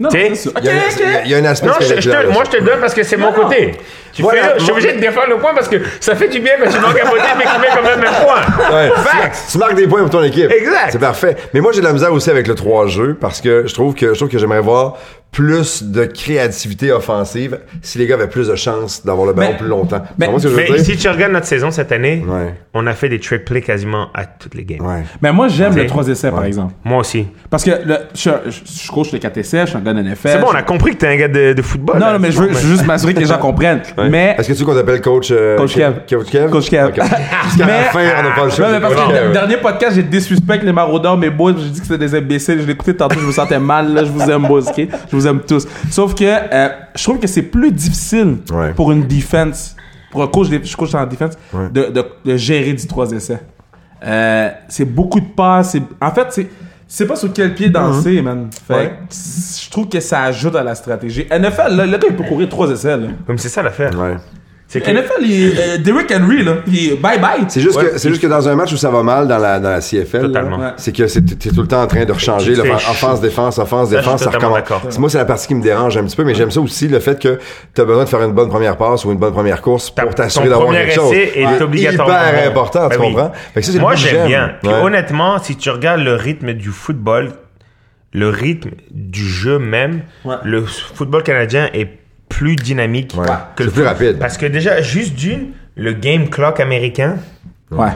A: Non, non,
D: T'sais,
A: c'est sûr.
B: Il y a- il y a-
A: Ok,
B: il y a un aspect
D: Non, je, je
B: spectaculaire
D: te, moi
B: là-dessus.
D: je te le donne parce que c'est mon côté. Tu
B: Voilà,
D: fais- je suis
B: moi-
D: obligé de défendre le point parce que ça fait du bien quand tu manques à voter mais tu mets quand même un point.
B: Ouais.
D: Facts.
B: Tu marques des points pour ton équipe.
D: Exact.
B: C'est parfait. Mais moi, j'ai de la misère aussi avec le 3 jeux parce que je trouve que je trouve que j'aimerais voir plus de créativité offensive si les gars avaient plus de chances d'avoir le ballon
A: Mais-
B: plus longtemps. Tu
A: mais-
B: comprends ce que je veux
D: Mais
B: dire?
D: si tu regardes notre saison cette année,
B: Ouais.
D: on a fait des trick plays quasiment à toutes les games.
B: Ouais.
A: Mais moi, j'aime
D: T'sais.
A: le 3 essais, par exemple.
D: Moi aussi.
A: Parce que le, je, je, je coach le 4 essais, Euh, je suis un gars de NFL.
D: C'est bon, on a compris que t'es un gars de, de football.
A: Non,
D: là.
A: non, mais je veux je veux juste m'assurer que les gens comprennent. Mais
B: Est-ce que tu sais qu'on appelle coach euh,
A: Coach Kev.
B: Coach Kev?
A: Coach Kev.
B: Ok. Parce qu'à
A: Mais-
B: la fin, on n'a pas le choix.
A: Non, mais parce
B: Coach
A: que le
B: Kev.
A: dernier podcast, j'ai désuspect les maraudeurs, mes boys. J'ai dit que c'était des imbéciles. Je l'écoutais tantôt, je me sentais mal. Là, je vous aime, boys, ok? Je vous aime tous. Sauf que euh, je trouve que c'est plus difficile
B: Ouais.
A: pour une defense, pour un coach, de- je coach en défense, de, de, de gérer du 3 essais. Euh, c'est beaucoup de passes. c'est- En fait, c'est. C'est pas sur quel pied danser, man. Fait
B: Mm-hmm. Ouais.
A: que c- je trouve que ça ajoute à la stratégie. NFL, là, le gars, il peut courir trois essais, là.
D: Mais c'est ça l'affaire.
B: Ouais.
D: C'est que-
A: NFL, il, euh, Derrick Henry, là, il bye-bye.
B: C'est juste,
D: Ouais.
B: que, c'est juste que dans un match où ça va mal dans la, dans la CFL, là,
D: Totalement.
A: Ouais.
B: c'est que c'est- t'es tout le temps en train de rechanger
D: C'est
B: là,
D: chaud.
B: offense, défense, offense,
D: Ça, je suis
B: défense, ça
D: totalement
B: recommence.
D: d'accord.
B: C'est- Moi, c'est la partie qui me dérange un petit peu, mais j'aime ça aussi, le fait que t'as besoin de faire une bonne première passe ou une bonne première course
D: Ta-
B: pour t'assurer
D: ton
B: d'avoir
D: premier
B: quelque chose.
D: essai est
B: Ouais.
D: obligatoirement
B: hyper
D: bon.
B: important, tu
D: Ben oui.
B: comprends? Fait que ça, c'est le
D: Moi,
B: bout que
D: j'aime bien. Puis
B: Ouais.
D: honnêtement, si tu regardes le rythme du football, le rythme du jeu même,
A: Ouais.
D: le football canadien est plus dynamique
B: Ouais.
D: que le
B: C'est plus
D: foot-
B: rapide.
D: Parce que déjà, juste d'une, le game clock américain,
A: Ouais.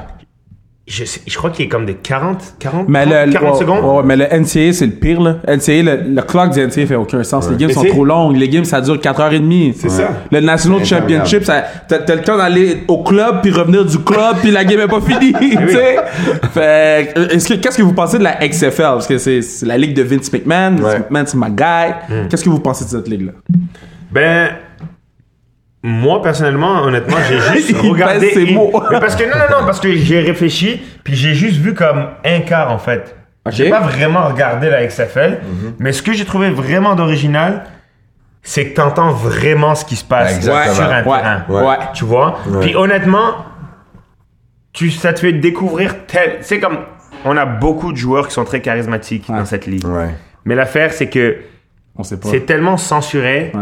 D: Je, sais- je crois qu'il est comme de 40, 40,
A: Mais le,
D: 40
A: ouais,
D: secondes.
A: ouais, mais le NCA, c'est le pire, là. NCA, le, le clock du NCA fait aucun sens. Les games
D: Mais
A: sont
D: c'est-
A: trop longues. Les games, ça dure 4h30. C'est
D: ça.
A: Le National
B: C'est incroyable.
A: Championship, ça- t'as t'as le temps d'aller au club, puis revenir du club, puis la game est pas finie,
D: Eh
A: tu sais. Fait que, euh, est-ce que- qu'est-ce que vous pensez de la XFL? Parce que c'est c'est la ligue de Vince McMahon. Vince
B: Ouais.
A: McMahon, c'est ma guy.
D: Hmm.
A: Qu'est-ce que vous pensez de cette ligue-là?
D: Ben, moi, personnellement, honnêtement, j'ai juste
A: Il
D: regardé.
A: pèse ses
D: et-
A: mots.
D: mais parce que non, non, non, parce que j'ai réfléchi, puis j'ai juste vu comme un quart, en fait.
A: Ok. Mhm.
D: J'ai pas vraiment regardé la XFL, mais ce que j'ai trouvé vraiment d'original, c'est que t'entends vraiment ce qui se passe
B: Ouais, exactement.
D: sur
A: Ouais,
D: un terrain.
A: ouais.
B: Ouais.
D: Tu vois? Puis honnêtement, tu, ça te fait découvrir tel. C'est comme. On a beaucoup de joueurs qui sont très charismatiques dans cette ligue.
B: Ouais.
D: Mais l'affaire, c'est que
A: On sait pas.
D: c'est tellement censuré
A: Ouais.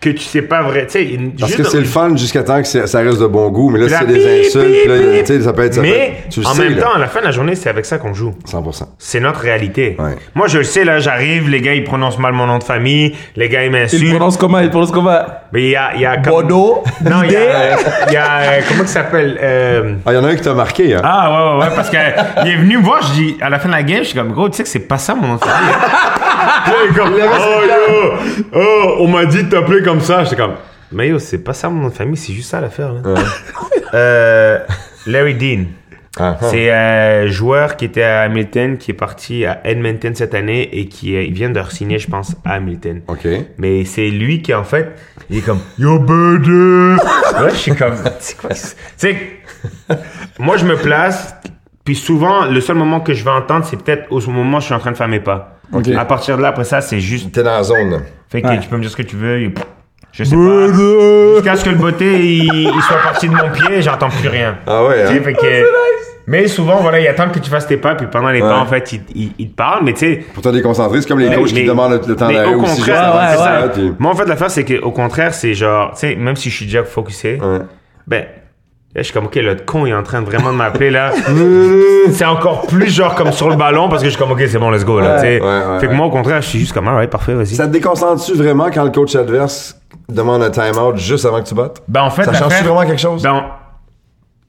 D: que tu sais pas vrai. Tu sais, une-
B: Parce
D: juste
B: que c'est le fun jusqu'à temps que c'est- ça reste de bon goût, mais là,
D: la
B: c'est des
D: pip,
B: insultes,
D: pip,
B: là,
D: pip.
B: tu sais, ça peut être. ça peut
D: Mais
B: être- tu le
D: en
B: sais,
D: même
B: là.
D: temps, à la fin de la journée, c'est avec ça qu'on joue.
B: 100%.
D: C'est notre réalité.
B: Ouais.
D: Moi, je le sais, là, j'arrive, les gars, ils prononcent mal mon nom de famille, les gars, ils
A: Il
D: m'insultent.
A: prononce comment? Il prononce comment?
D: Mais il y a. il Y a comme-
A: Bodo?
D: Non, il y
A: Lidé?
D: a. il y a, euh, comment ça s'appelle euh,
B: Ah, il y en a un qui t'a marqué, hein.
D: Ah, ouais, ouais, ouais, parce que euh, il est venu me voir, je dis, à la fin de la game, je suis comme, gros, tu sais que c'est pas ça mon nom de famille. Là, il est comme, oh, yo, oh, on m'a dit de t'appeler comme ça. J'étais comme, mais yo, c'est pas ça mon nom de famille, c'est juste ça l'affaire. là. Euh, Larry Dean.
B: Ah, ah.
D: C'est un joueur qui était à Hamilton, qui est parti à Edmonton cette année et qui euh, il vient de signer, je pense, à Hamilton.
B: OK.
D: Mais c'est lui qui, en fait, il est comme Yo, buddy! ouais, je suis comme, c'est quoi ça? Tu sais, moi, je me place, puis souvent, le seul moment que je vais entendre, c'est peut-être au moment où je suis en train de faire mes pas.
A: Ok.
D: À partir de là, après ça, c'est juste.
B: T'es dans la zone.
D: Fait que
A: Ouais.
D: tu peux me dire ce que tu veux, et pff, je sais pas. Jusqu'à ce que le beauté il, il soit parti de mon pied, j'entends plus rien.
B: Ah ouais,
D: Tu sais,
B: hein?
D: fait que- mais souvent, voilà, il attend que tu fasses tes pas, puis pendant les
B: Ouais.
D: pas, en fait, il, il, il te parle, mais tu sais,
B: Pour te déconcentrer, c'est comme les
D: mais-
B: coachs qui
D: mais-
B: te demandent le, le temps
D: mais
B: d'arrêt
D: au
B: aussi.
D: contraire,
B: genre,
A: ouais,
B: c'est
A: ouais.
B: ça, puis-
D: moi, en fait, l'affaire, c'est qu'au contraire, c'est genre, tu sais, même si je suis déjà focusé,
B: Ouais.
D: ben, là, je suis comme, ok, l'autre con, il est en train de vraiment de m'appeler, là.
B: Mm.
D: c'est encore plus, genre, comme sur le ballon, parce que je suis comme, ok, c'est bon, let's go, là, tu sais.
B: Ouais, ouais,
D: fait que
B: ouais.
D: moi, au contraire, je suis juste comme, alright, parfait, vas-y.
B: Ça te déconcentre-tu vraiment quand le coach adverse demande un time-out juste avant que tu battes?
D: Ben, en fait,
B: Ça change-tu
D: l'affaire-
B: vraiment quelque chose?
D: Ben,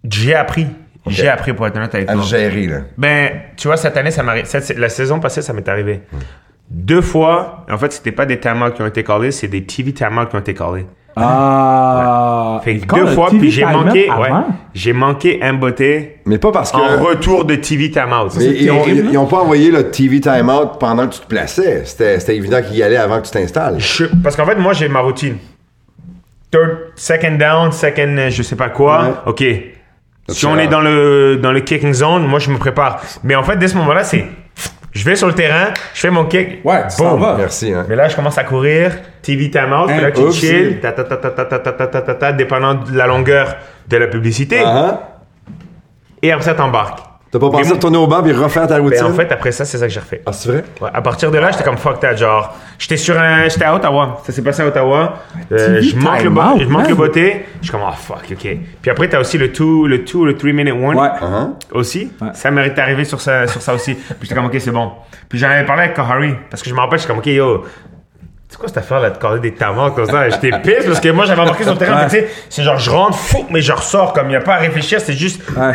D: j'ai appris. J'ai appris, pour être honnête avec
B: à
D: toi.
B: le gérer, là.
D: Ben, tu vois, cette année, ça m'arrive. cette- La saison passée, ça m'est arrivé. Deux fois, en fait, c'était pas des timeouts qui ont été callés, c'est des TV timeouts qui ont été callés.
A: Ah.
D: Fait que
A: Quand
D: deux
A: le
D: fois,
A: TV
D: puis j'ai
A: timeout
D: manqué, ouais,
A: avant? Ah.
D: j'ai manqué un beauté
B: Mais pas parce que.
D: en retour de TV timeout.
B: Mais ils, ont,
A: terrible,
B: ils-
A: là.
B: ils ont pas envoyé le TV time-out pendant que tu te plaçais. C'était c'était évident qu'il y allait avant que tu t'installes.
D: Je- parce qu'en fait, moi, j'ai ma routine. Third, second down, second, euh, je sais pas quoi.
B: Ouais.
D: OK. Si
B: c'est
D: on est
B: rare.
D: dans le, dans le kicking zone, moi, je me prépare. Mais en fait, dès ce moment-là, c'est. Je vais sur le terrain, je fais mon kick.
A: Ouais, tu t'en
D: boum.
A: vas.
B: Merci, hein.
D: Mais là, je commence à courir, TV timeout, puis là, tu
B: oups.
D: chill, ta ta ta ta ta ta ta ta ta ta ta, dépendant de la longueur de la publicité.
B: Ah, hein?
D: Et après ça, t'embarques.
B: T'as pas pensé
D: moi-
B: de tourner au banc et refaire ta routine?
D: Ben, en fait, après ça, c'est ça que j'ai refait.
B: Ah, c'est vrai?
D: Ouais, à partir de là, j'étais comme fuck that, genre. J'étais sur un. J'étais à Ottawa. Ça s'est passé à Ottawa. Euh,
A: TV
D: je manque le,
A: time
D: bo-
A: out,
D: je manque
A: man.
D: le beauté. Je suis comme, oh fuck, ok. Puis après, t'as aussi le 2, le 2, le 3 minute one.
A: Ouais.
B: Hein?
D: Aussi. Ça m'est arrivé sur ça, sur ça aussi. Puis j'étais comme, ok, c'est bon. Puis j'en avais parlé avec Kahari. Parce que je me rappelle, je suis comme, ok, yo. C'est quoi cette affaire là de coller des tamans comme ça? J'étais pisse parce que moi j'avais embarqué sur le terrain.
A: Ouais.
D: fait que, tu sais, C'est genre je rentre fou, mais je ressors comme il n'y a pas à réfléchir, c'est juste
A: Ouais.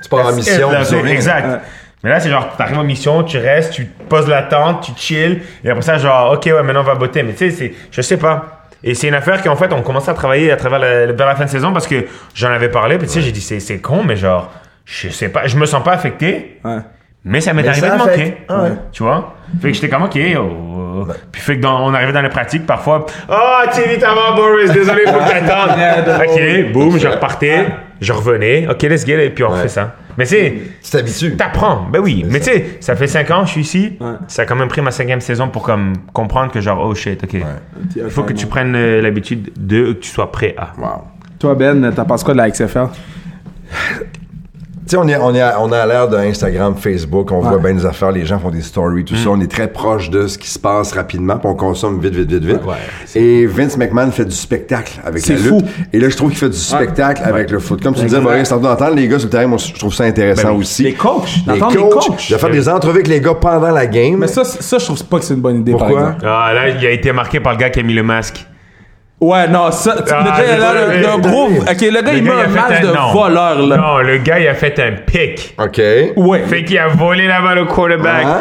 B: Tu pars en mission.
D: Là,
B: tu
D: c'est-
B: reviens.
D: exact. Mais là, c'est genre, t'arrives en mission, tu restes, tu poses la tente, tu chill, et après ça, genre, ok, ouais, maintenant on va botter. Mais tu sais, c'est- je sais pas. Et c'est une affaire qu'en fait, on commençait à travailler à travers la, vers la fin de saison parce que j'en avais parlé, puis tu sais, j'ai dit, c'est- c'est con, mais genre, je sais pas, je me sens pas affecté,
A: Ouais.
D: mais ça m'est arrivé
B: ça
D: de manquer.
B: affecte. Ah ouais. Ben.
D: Tu vois? Fait que j'étais comme, ok, oh. Puis fait que dans- on arrivait dans les pratiques, parfois, oh, tu es vite avant, Boris, désolé, faut que t'attendes. ok, boum, je repartais, je revenais, ok, let's get it, puis on refait ça. Mais tu sais,
B: Tu t'habitues.
D: T'apprends, ben oui. Mais tu
B: ça.
D: sais, ça fait 5 ans, je suis ici.
A: Ouais.
D: Ça a quand même pris ma cinquième saison pour comme comprendre que genre, oh shit, ok. Il faut que tu prennes euh, l'habitude de que tu sois prêt à.
B: Wow.
A: Toi, Ben, t'as pensé quoi de la XFL?
B: Tu sais, on, est, on, est à- on a l'air d'Instagram, Facebook, on voit bien des affaires, les gens font des stories, tout ça. On est très proche de ce qui se passe rapidement, puis on consomme vite, vite, vite, vite. Et Vince McMahon fait du spectacle avec
A: C'est
B: la
A: fou.
B: lutte. Et là, je trouve qu'il fait du spectacle avec le foot. Comme tu disais, Maurice, tantôt d'entendre les gars sur le terrain, moi, je trouve ça intéressant
D: Ben oui.
B: aussi.
A: Les coachs,
B: Les
A: d'entendre les
B: coachs.
A: coachs.
B: De faire des entrevues avec les gars pendant la game.
A: Mais ça, c'est- ça, je trouve pas que c'est une bonne idée,
B: Pourquoi?
A: par exemple.
D: Ah, là, il a été marqué par le gars qui a mis le masque.
A: Ouais, non, ça, tu-
C: Ah,
A: le
C: le
A: gars, là,
C: gars,
A: le,
C: le-
A: le gros, ok, le gars, il met
C: a
A: un
C: fait
A: masque de
C: non.
A: voleur, là.
C: Non, le gars, il a fait un pick.
B: OK.
A: Ouais.
C: Fait qu'il a volé la balle au quarterback.
B: Ah.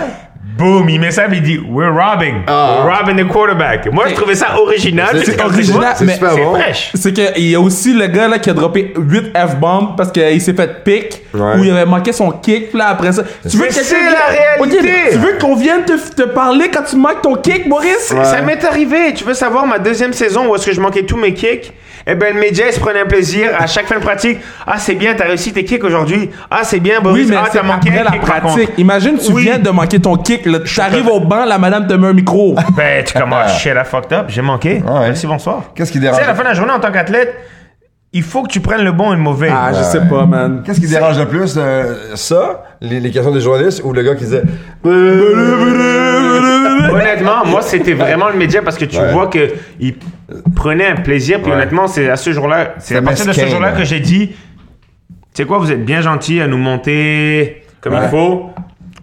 C: Boom, il met ça, puis il dit We're robbing.
B: Ah.
C: We're robbing the quarterback. Moi, je trouvais ça original.
B: C'est-
C: puis
B: c'est
C: comme-
A: original,
B: C'est
A: mais-
B: super
C: C'est
B: bon.
C: fraîche.
A: C'est qu'il y a aussi le gars là qui a droppé 8 F-bombs parce qu'il s'est fait pick
B: Ouais.
A: ou il avait manqué son kick puis là après ça. Tu
C: Mais
A: quelqu'un
C: c'est
A: qui-
C: la
A: Ok,
C: réalité.
A: tu veux qu'on vienne te, te parler quand tu manques ton kick, Maurice?
D: Ça m'est arrivé. Tu veux savoir ma deuxième saison où est-ce que je manquais tous mes kicks Eh ben le média il se prenait un plaisir à chaque fin de pratique. Ah c'est bien, t'as réussi tes kicks aujourd'hui. Ah c'est bien, Boris.
A: Oui, mais
D: ah
A: c'est
D: t'as manqué
A: après
D: un
A: la
D: kick, par
A: pratique.
D: contre.
A: Imagine, tu
D: Oui.
A: viens de manquer ton kick, là, tu arrives au banc, la madame te met un micro.
D: Ben tu commences shit, I fucked up. J'ai manqué.
B: Ah ouais.
D: Merci bonsoir.
B: Qu'est-ce qui
D: Tu
B: dérange
D: sais à la fin de la journée en tant qu'athlète, il faut que tu prennes le bon et le mauvais.
A: ah, je sais pas, man.
B: Qu'est-ce qui dérange le plus euh, Ça, les, les questions des journalistes ou le gars qui disait.
D: Honnêtement, moi, c'était vraiment le média parce que tu
B: Ouais.
D: vois que il prenait un plaisir. Puis honnêtement, c'est à ce jour-là, c'est à partir de ce
B: mesquin,
D: jour-là
B: là.
D: que j'ai dit, c'est quoi, vous êtes bien gentil à nous monter comme
B: Ouais.
D: il faut.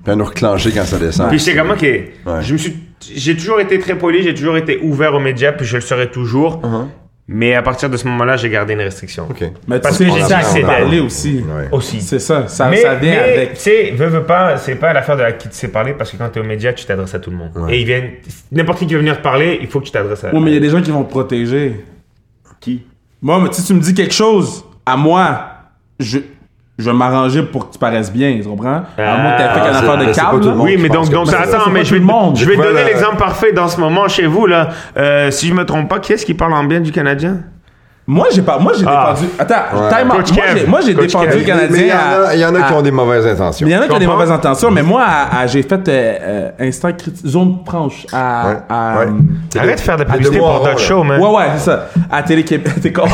B: Puis à nous reclencher quand ça descend.
D: Puis c'est comment que
B: Ouais.
D: je me suis, j'ai toujours été très poli, j'ai toujours été ouvert aux médias, puis je le serai toujours. Mais à partir de ce moment-là, j'ai gardé une restriction.
B: OK.
A: Mais tu
D: Parce
A: sais,
D: que
A: j'ai
D: j'ai
A: ça
D: dit,
A: c'est
D: on a-
A: d'aller aussi.
B: Ouais.
D: Aussi.
A: C'est ça, ça,
D: mais,
A: ça vient
D: mais,
A: avec.
D: Tu sais, veux, veux pas, c'est pas l'affaire de la qui te sait parler parce que quand t'es au média, tu t'adresses à tout le monde. Et ils viennent, n'importe qui qui veut venir te parler, il faut que tu t'adresses à.
B: Oh,
A: Oui, mais il y a des gens qui vont te protéger.
D: Qui
A: Moi, mais si tu me dis quelque chose à moi, je, je vais m'arranger pour que tu paraisses bien, tu comprends? à
D: Ah,
A: moi, t'as fait qu'une
B: c'est-
A: affaire de
B: c'est pas
A: câble.
B: tout le
A: là.
B: monde.
D: Oui,
B: je
D: mais
B: pense
D: donc,
B: que
D: donc
B: c'est-
A: c'est pas
D: attends, mais
A: tout
D: je vais,
A: le monde.
D: je vais te
B: Voilà.
D: donner l'exemple parfait dans ce moment chez vous là. Euh, si je me trompe pas, qui est-ce qui parle en bien du Canadien
A: Moi, j'ai pas, moi, j'ai
D: Ah.
A: défendu. Attends,
B: Ouais.
A: time out.
D: Coach
A: Moi,
D: Kev.
A: j'ai- Moi, j'ai
D: Coach
A: défendu
D: Kev.
A: le
B: Mais il y
A: Canadien.
B: en a-
A: à-
B: il y en a qui
A: à-
B: ont des mauvaises intentions.
A: mais il y en a qui ont des
D: Comprends?
A: mauvaises intentions,
B: Mm-hmm.
A: mais moi, à- à- j'ai fait euh, euh, instant criti- zone franche à.
B: Ouais.
A: à- euh,
B: Ouais.
D: Euh, Arrête de faire de publicité
B: mois
D: pour
B: en
D: Doc
B: rond,
D: Show, man.
A: Ouais, ouais, c'est ça. À Télé-Québec, t'es con.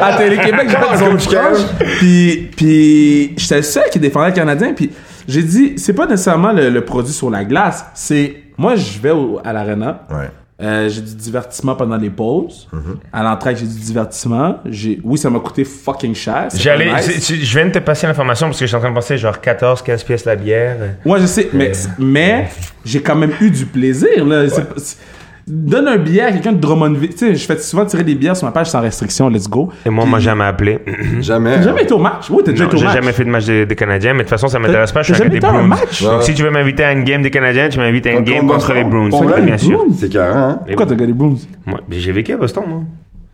A: à Télé-Québec, j'ai fait
B: Comme
A: zone
B: je
A: franche. Puis, puis j'étais le seul qui défendait le Canadien. Puis, j'ai dit, c'est pas nécessairement le, le produit sur la glace. C'est, moi, je vais au- à l'arena.
B: Ouais. Mm-hmm.
A: Euh, j'ai du divertissement pendant les pauses. À l'entraide, j'ai du divertissement. J'ai... Oui, ça m'a coûté fucking cher. c'est
C: J'allais,
A: pas nice.
C: c'est- c'est- je viens de te passer l'information parce que je suis en train de penser genre 14, 15 pièces la bière.
A: Ouais, je sais, mais,
C: Euh.
A: mais j'ai quand même eu du plaisir. Là. C'est pas- c'est- Donne un billet à quelqu'un de Drummondville. Tu sais, je fais souvent tirer des bières sur ma page sans restriction. Let's go.
D: Et moi, on m'a jamais appelé.
B: Jamais.
C: Ah
A: T'as jamais été au match? Oui, t'as déjà
D: Non,
A: été au
D: J'ai
A: match.
D: jamais fait de match des, des Canadiens, mais de toute façon, ça m'intéresse
A: T'as-
D: pas. Je
A: t'as
D: suis un
A: jamais
D: gars des
A: été à un
D: Bruins.
A: match?
D: Donc,
B: Ouais.
D: si tu veux m'inviter à une game des Canadiens, tu m'invites à une
B: Contre
D: game contre
B: Boston.
D: les Bruins.
B: Contre les
D: Bien sûr.
A: Bruins?
B: C'est carré, hein?
A: Pourquoi t'as gagné les Blues?
D: Moi, j'ai vécu à Boston, moi.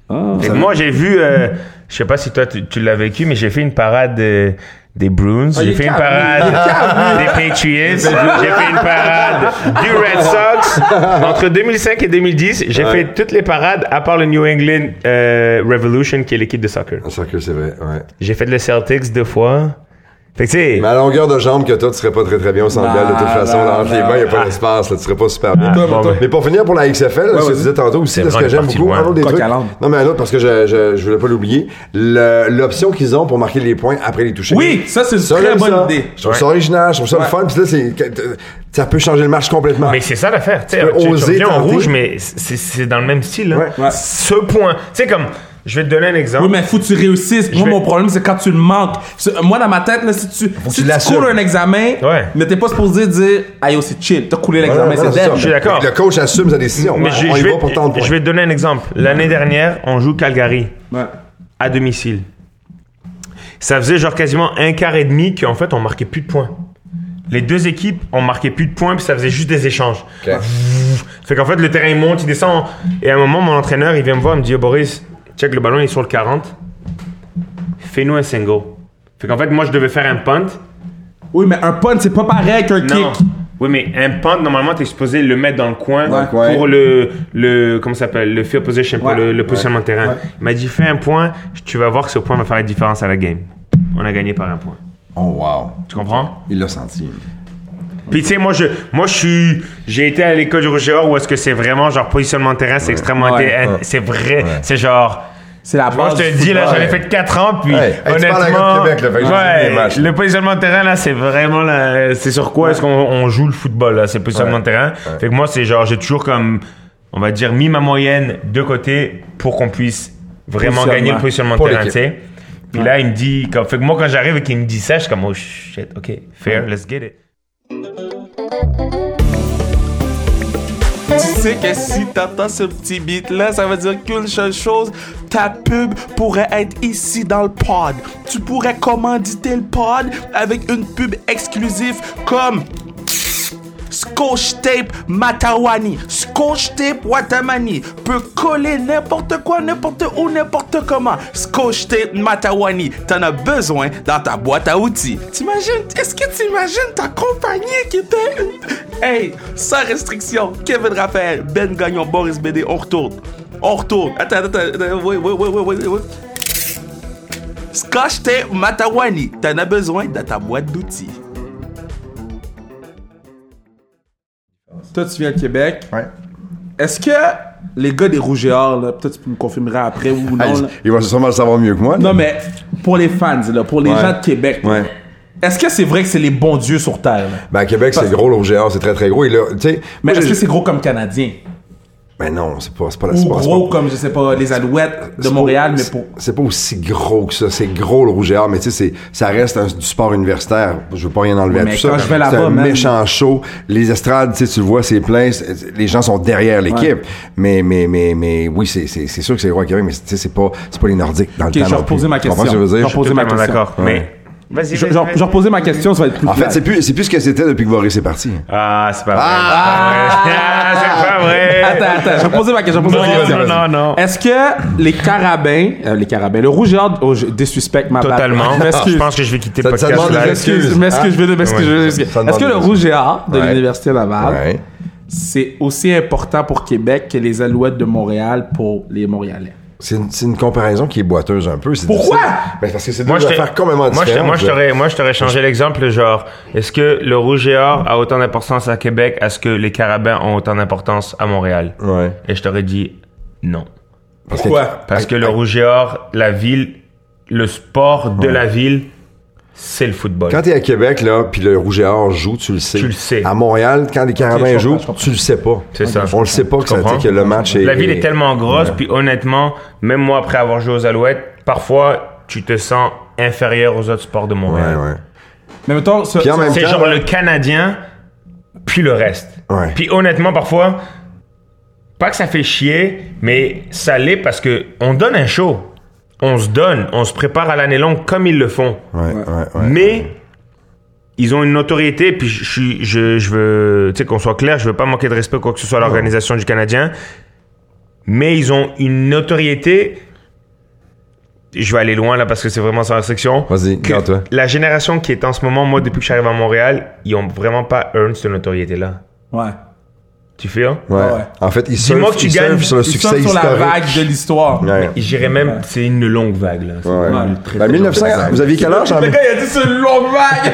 A: Ah.
D: Et moi, j'ai vu, euh, je sais pas si toi tu, tu l'as vécu, mais j'ai fait une parade euh, des Bruins,
A: Ah, il
D: j'ai
A: est
D: fait une
A: calme,
D: parade
A: il est calme,
D: des Patriots, j'ai fait une parade du Red Sox. Entre 2005 et 2010, j'ai
B: Ouais.
D: fait toutes les parades à part le New England euh, Revolution, qui est l'équipe de soccer.
B: C'est que c'est vrai, ouais.
D: J'ai fait le Celtics deux fois. Fait que tu sais,
B: Mais à longueur de jambe que toi, tu serais pas très très bien au centre Bell de toute
A: Bah,
B: façon.
A: bah,
B: là, entre les
A: bah,
B: mains, il n'y a pas d'espace, là, tu serais pas super bien.
A: Toi,
D: bon, ben.
A: toi,
B: Mais pour finir pour la XFL, là, ce que
A: vas-y.
B: tu disais tantôt aussi, là, ce
D: vrai,
B: que
D: on est
B: j'aime
D: parti
B: beaucoup,
D: loin.
B: un autre des
A: Coq
B: trucs.
A: à l'âne.
B: Non, mais un autre parce que je, je, je voulais pas l'oublier. Le- L'option qu'ils ont pour marquer les points après les touchés.
A: Oui, ça, c'est une
B: Ça,
A: très
B: j'aime
A: bonne
B: ça.
A: idée.
B: Je trouve ça original, je trouve ça le fun. Puis là, c'est- ça peut changer le match complètement.
C: Mais c'est ça l'affaire. Tu sais,
B: peux
C: tu- tu
B: oser
C: reviens en
B: tenter.
C: rouge, mais c'est c'est dans le même style. hein.
B: Ouais.
A: Ouais.
C: Ce point. Tu sais, comme, je vais te donner un exemple.
A: Oui, mais faut que tu réussisses. Moi,
C: vais-
A: mon problème, c'est quand tu le manques. C'est- Moi, dans ma tête, là, si tu, si
B: tu
A: tu
B: l'assumes.
A: coules un examen,
C: Ouais.
A: mais t'es pas supposé dire, aïe, oh, c'est chill, t'as coulé
B: Voilà,
A: l'examen,
B: voilà,
A: c'est
B: c'est
A: dead.
B: ça.
C: Je suis d'accord.
B: Le coach assume sa décision.
C: Mais
B: On
C: je,
B: y
C: je
B: va
C: vais,
B: pour tant de points.
C: je vais te donner un exemple. L'année dernière, on joue Calgary
A: Ouais.
C: à domicile. Ça faisait genre quasiment un quart et demi qu'en fait, on marquait plus de points. Les deux équipes ont marqué plus de points, puis ça faisait juste des échanges.
B: Ok.
C: Fait qu'en fait, le terrain il monte, il descend. Et à un moment, mon entraîneur, il vient me voir, il me dit Yo, Boris, check le ballon, il est sur le 40. Fais-nous un single. Fait qu'en fait, moi, je devais faire un punt.
A: Oui, mais un punt, c'est pas pareil qu'un
C: Non.
A: kick.
C: Oui, mais un punt, normalement, t'es supposé le mettre dans le coin
B: Dans le coin.
C: pour le, le. Comment ça s'appelle Le field position, pour
A: Ouais.
C: le, le positionnement de terrain. Il m'a dit Fais un point, tu vas voir que ce point va faire la différence à la game. On a gagné par un point.
B: Oh, wow.
C: Tu comprends
B: Il l'a senti.
C: Puis tu sais, moi je, moi je suis, j'ai été à l'école du Roger Or où est-ce que c'est vraiment genre positionnement de terrain, c'est extrêmement,
A: Ouais.
C: inté- c'est vrai, c'est genre.
A: C'est la
C: Moi,
A: base.
C: je te
A: du
C: dis, là,
A: football.
C: j'avais fait 4 ans, puis
B: Ouais. Hey, tu parles à un gars
C: honnêtement,
B: de Québec, là, fait que j'ai vu les matchs,
C: ouais,
B: là.
C: le positionnement de terrain, là, c'est vraiment, là, c'est sur quoi est-ce qu'on on joue le football, là, c'est le positionnement
B: Ouais.
C: de terrain. Fait que moi, c'est genre, j'ai toujours comme, on va dire, mis ma moyenne de côté pour qu'on puisse vraiment
A: Positionnement.
C: gagner le positionnement de
B: Pour
C: terrain, tu
B: l'équipe.
C: sais. Puis là, il me dit, comme, fait que moi, quand j'arrive et qu'il me dit ça, je suis comme, oh shit, ok, fair, let's get it.
A: Tu sais que si t'entends ce petit beat-là, ça veut dire qu'une seule chose, ta pub pourrait être ici dans le pod. Tu pourrais commanditer le pod avec une pub exclusive comme Scotch Tape Matawani, Scotch Tape Watamani peut coller n'importe quoi, n'importe où, n'importe comment. Scotch Tape Matawani, t'en as besoin dans ta boîte à outils. T'imagines, est-ce que t'imagines ta compagnie qui était une... Hey, sans restriction, Kevin Raphaël, Ben Gagnon, Boris BD, on retourne. On retourne. Attends, attends, attends, oui, oui, oui, oui, oui, oui. Scotch Tape Matawani, t'en as besoin dans ta boîte d'outils. Toi, tu viens de Québec.
B: Ouais.
A: Est-ce que les gars des Rouges et Or, là, peut-être tu me confirmeras après ou
B: Ah,
A: non.
B: il,
A: là.
B: il va sûrement le savoir mieux que moi.
A: Non, mais pour les fans, là, pour les
B: Ouais.
A: gens de Québec, là,
B: Ouais.
A: est-ce que c'est vrai que c'est les bons dieux sur Terre? là?
B: Ben, à Québec, c'est gros, l'OGR, c'est très, très gros. Et là, tu sais.
A: Mais
B: moi,
A: est-ce
B: j'ai-
A: que c'est gros comme Canadien?
B: Ben non, c'est pas, c'est pas la
A: Ou
B: c'est pas- c'est pas-
A: gros comme, je sais pas, les Alouettes de
B: c'est
A: Montréal,
B: pas-
A: mais
B: c'est-
A: pour.
B: C'est pas aussi gros que ça. C'est gros le rouge et or, mais tu sais, c'est- ça reste un- du sport universitaire. Je veux pas rien enlever
A: Ouais,
B: à
A: mais
B: tout ça.
A: quand je vais
B: c'est
A: là-bas,
B: un
A: man.
B: méchant show. Les estrades, tu sais, tu le vois, c'est plein. C'est- Les gens sont derrière l'équipe. Mais, mais, mais, mais oui, c'est, c'est, c'est sûr que c'est gros à Québec, mais tu sais, c'est pas, c'est pas les Nordiques dans
A: Ok,
B: le temps.
A: je vais
B: non plus.
A: reposer ma
B: Tu comprends ce que
A: question.
B: je veux
A: Je
B: dire?
A: vais reposer ma
D: Totalement
A: question.
D: d'accord, mais... Vas-y,
A: Je
D: vas-y,
A: je-
D: vas-y.
A: je vais reposer ma question, ça va être plus
B: En fait,
A: clair.
B: c'est plus, c'est plus ce que c'était depuis que Boris est parti.
D: Ah, c'est pas vrai. Ah, c'est pas vrai.
A: Attends, attends, je vais poser ma question. je vais poser ma
D: Non,
A: question.
D: non, non, non.
A: Est-ce que les carabins, euh, les carabins, le rouge et or, oh, je- des suspects, ma bad.
D: Totalement.
A: Je m'excuse.
D: Je pense que je vais quitter le
B: Bah, Ça- ça
D: podcast
B: demande
D: là.
B: des
A: Excuse,
B: Excuse.
A: mais ce que je veux dire, mais ce que
D: Ouais.
A: je veux dire,
B: Ça demande
A: Est-ce que le
B: des-
A: rouge et or de
B: Ouais.
A: l'Université Laval,
B: Ouais.
A: c'est aussi important pour Québec que les alouettes de Montréal pour les Montréalais?
B: C'est une, c'est une comparaison qui est boiteuse un peu. c'est
A: Pourquoi?
B: difficile. Ben, parce que c'est deux
D: Moi, je
B: affaires
D: t'ai-
B: complètement
D: moi, je t'ai-
B: différentes.
D: moi, je t'aurais, moi, je t'aurais changé l'exemple, genre, est-ce que le rouge et or a autant d'importance à Québec à ce que les carabins ont autant d'importance à Montréal?
B: Ouais.
D: Et je t'aurais dit non.
B: Parce que-
A: Pourquoi?
D: Parce que le rouge et or, la ville, le sport de la ville, c'est le football.
B: Quand t'es à Québec, là, puis le Rouge et Or joue, tu le sais.
D: Tu le sais.
B: À Montréal, quand les Carabins
A: comprends,
B: jouent,
A: je comprends.
B: tu le sais pas.
D: C'est ça.
B: On le sait pas que,
D: Tu
B: ça,
D: comprends?
B: que le match est.
D: La ville est tellement grosse, puis honnêtement, même moi, après avoir joué aux Alouettes, parfois, tu te sens inférieur aux autres sports de
B: Ouais,
D: Montréal.
B: ouais.
A: Mais mettons, ça-
B: Puis en
A: ça-
B: même
D: C'est
B: temps,
D: genre le Canadien, puis le reste.
B: Ouais.
D: Puis honnêtement, parfois, pas que ça fait chier, mais ça l'est parce que on donne un show. On se donne, on se prépare à l'année longue comme ils le font.
B: Ouais, ouais, ouais.
D: Mais ils ont une notoriété, puis je, suis- je, je veux, tu sais, qu'on soit clair, je veux pas manquer de respect quoi que ce soit à l'organisation du Canadien, mais ils ont une notoriété. Je vais aller loin là parce que c'est vraiment sans restriction.
B: Vas-y,
D: Que
B: garde-toi.
D: La génération qui est en ce moment, moi, depuis que je suis arrivé à Montréal, ils ont vraiment pas earn cette notoriété là.
A: Ouais.
D: Tu fais, hein?
B: Ouais.
A: ouais.
B: En fait, ils
D: Dis-moi
B: surfent,
D: que tu
B: ils
D: gagnes-
B: surfent sur le
A: Ils sont
B: succès
A: sur la
B: historique.
A: vague de l'histoire.
B: Ouais.
D: J'irais même, c'est une longue vague là. C'est
B: Ouais.
A: Ouais.
B: Ben, 1900, vous aviez quel âge? en-
A: Le gars, il a dit c'est une longue vague!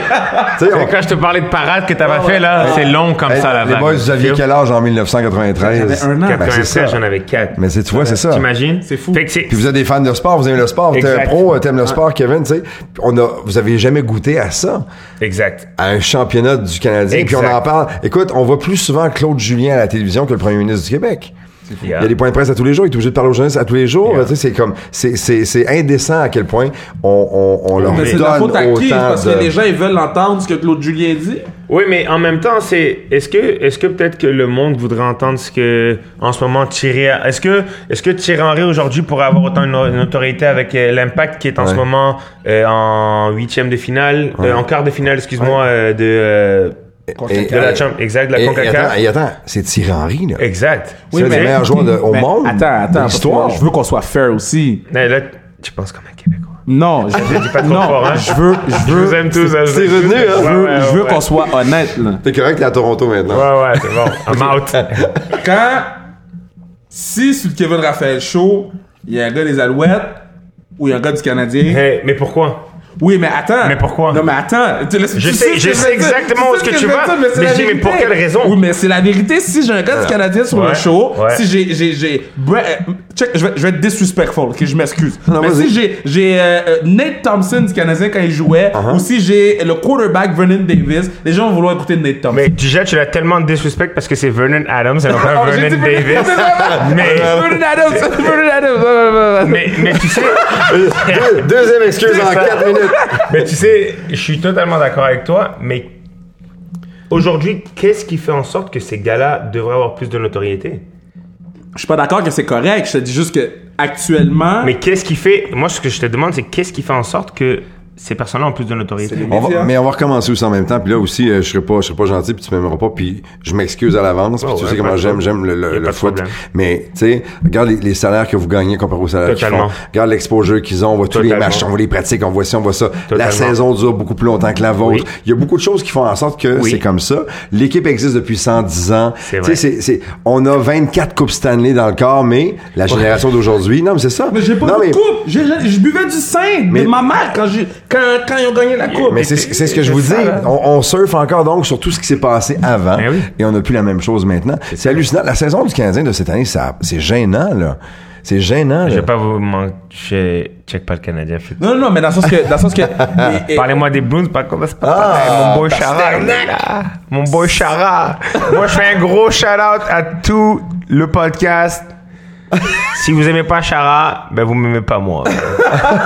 B: tu sais, on-
E: Quand je te parlais de parade que t'avais fait, là, c'est long comme
B: Hey,
E: ça, la
B: Les
E: vague.
B: boys, vous
D: hein?
B: aviez quel âge en 1993?
A: J'avais un an.
B: Ben, c'est ça.
D: j'en avais 4.
B: Mais c'est- tu vois, c'est ça.
D: T'imagines?
A: C'est fou.
D: Fait que c'est-
B: Puis vous êtes des fans de sport, vous aimez le sport, t'es un
D: Exact.
B: pro, t'aimes le sport, Kevin, tu sais. Puis On a, vous avez jamais goûté à ça.
D: Exact.
B: à un championnat du Canadien.
D: Exact.
B: Puis on en parle. Écoute, on voit plus souvent Claude Julien à la télévision que le premier ministre du Québec.
D: Yeah.
B: Il y a des points de presse à tous les jours, il est obligé de parler aux journalistes à tous les jours.
D: Yeah.
B: Tu sais, c'est comme, c'est, c'est, c'est indécent à quel point on, on, on leur
A: Mais c'est
B: donne
A: de la faute à
B: autant
A: qui? Parce
B: de-
A: que les gens, ils veulent entendre ce que Claude Julien dit.
D: Oui, mais en même temps, c'est est-ce que est-ce que peut-être que le monde voudrait entendre ce que en ce moment Thierry a- est-ce que est-ce que Thierry Henry aujourd'hui pourrait avoir autant une, une autorité avec euh, l'impact qui est en
B: Ouais.
D: ce moment euh, en huitième de finale, euh, en quart de finale, excuse-moi euh, de euh,
B: Et-
D: de la Champions, exact, de la
B: et- et
D: Concacaf.
B: attends, et attends, c'est Thierry Henry, là.
D: Exact.
B: C'est un des meilleurs joueurs de- au
A: Mais
B: monde.
A: Attends,
B: de
A: attends.
B: l'histoire.
A: Histoire. Je veux qu'on soit fair aussi.
D: Mais là, tu penses comme un Québécois.
A: Non, je
D: dis pas trop
A: non,
D: fort, hein.
A: Je veux, je
D: Je
A: veux,
D: vous aime tous. hein, je
B: c'est
D: vous aime
B: revenu,
D: tous.
B: hein?
A: je
D: Ouais,
A: veux,
D: ouais,
A: je veux
D: ouais.
A: qu'on soit honnête. Là.
B: T'es correct, t'es à Toronto maintenant.
D: Ouais, ouais, c'est bon. I'm out.
A: Quand, si sur le Kevin Raphaël Show, il y a un gars des Alouettes ou il y a un gars du Canadien.
D: Hey, mais pourquoi?
A: Oui, mais attends.
D: Mais pourquoi?
A: Non, mais attends. Tu laisses-
D: Je
A: tu
D: sais-
A: ce
D: je
A: que
D: sais
A: veux dire.
D: exactement
A: Tu
D: où
A: sais
D: est-ce que
A: ce
D: tu
A: je veux
D: vas,
A: dire, c'est
D: mais
A: la
D: je dis, mais
A: vérité.
D: pour quelle raison?
A: Oui, mais c'est la vérité. Si j'ai un gars du Canadien sur le
D: Ouais.
A: show,
D: Ouais.
A: si j'ai, j'ai, j'ai, Bre- euh, check, je vais, je vais être disrespectful, ok, je m'excuse.
B: Non,
A: mais
B: vas-y.
A: si j'ai, j'ai euh, euh, Nate Thompson du Canadien quand il jouait,
B: Uh-huh.
A: ou si j'ai le quarterback Vernon Davis, les gens vont vouloir écouter Nate Thompson.
D: Mais déjà, tu l'as tellement disrespect parce que c'est Vernon Adams et non pas
A: Oh, j'ai dit
D: Vernon Davis. mais,
A: Vernon Adams, Vernon Adams. ouais, ouais, ouais.
D: mais, mais tu sais,
B: Deux- Deuxième excuse en
D: ça.
B: quatre minutes.
D: mais tu sais, je suis totalement d'accord avec toi, mais Aujourd'hui, qu'est-ce qui fait en sorte que ces gars-là devraient avoir plus de notoriété
A: Je suis pas d'accord que c'est correct. Je te dis juste que actuellement,
D: Mais qu'est-ce qui fait. Moi, ce que je te demande, c'est qu'est-ce qui fait en sorte que ces personnes-là ont plus de notoriété
B: On va- mais on va recommencer aussi en même temps. Puis là aussi, euh, je serai pas, je serai pas gentil, puis tu m'aimeras pas. Puis je m'excuse à l'avance. Puis
D: Oh,
B: tu
D: ouais,
B: sais
D: pas
B: comment
D: de
B: j'aime, j'aime
D: problème.
B: le,
D: Y a
B: le,
D: pas
B: le
D: de
B: foot.
D: problème.
B: Mais tu sais, regarde les, les salaires que vous gagnez comparé aux salaires qu'ils
D: Totalement.
B: font. Regarde l'exposure qu'ils ont. On voit tous les
D: Totalement.
B: matchs, on voit les pratiques, on voit ci, on voit ça. La
D: Totalement.
B: saison dure beaucoup plus longtemps que la vôtre.
D: Oui.
B: Il y a beaucoup de choses qui font en sorte que
D: Oui.
B: c'est comme ça. L'équipe existe depuis 110 ans.
D: C'est
B: Tu sais,
D: vrai.
B: c'est, c'est, on a 24 coupes Stanley dans le corps, mais la génération d'aujourd'hui, non, mais c'est ça.
A: Mais j'ai pas
B: non,
A: eu
B: mais-
A: de coupe. J'ai- j'ai- je buvais du sein
B: Mais-
A: de ma mère quand, j'ai- quand, quand ils ont gagné la coupe.
B: Mais c'est ce c'est ce que je vous dis. On, on surfe encore donc sur tout ce qui s'est passé avant.
D: Ben oui.
B: Et on n'a plus la même chose maintenant. C'est hallucinant. La saison du Canadien de cette année, ça- c'est gênant, là. C'est gênant,
D: Je
B: là.
D: vais pas vous manquer. Check pas le Canadien. Fait-
A: Non, non, non, mais dans le sens que. Dans le sens que et- et-
D: Parlez-moi des Bruins, par contre, c'est pas
B: Ah,
D: pareil. Mon boy Chara, il est là. Mon boy Chara. Moi, je fais un gros shout-out à tout le podcast. Si vous aimez pas Chara, ben vous m'aimez pas moi.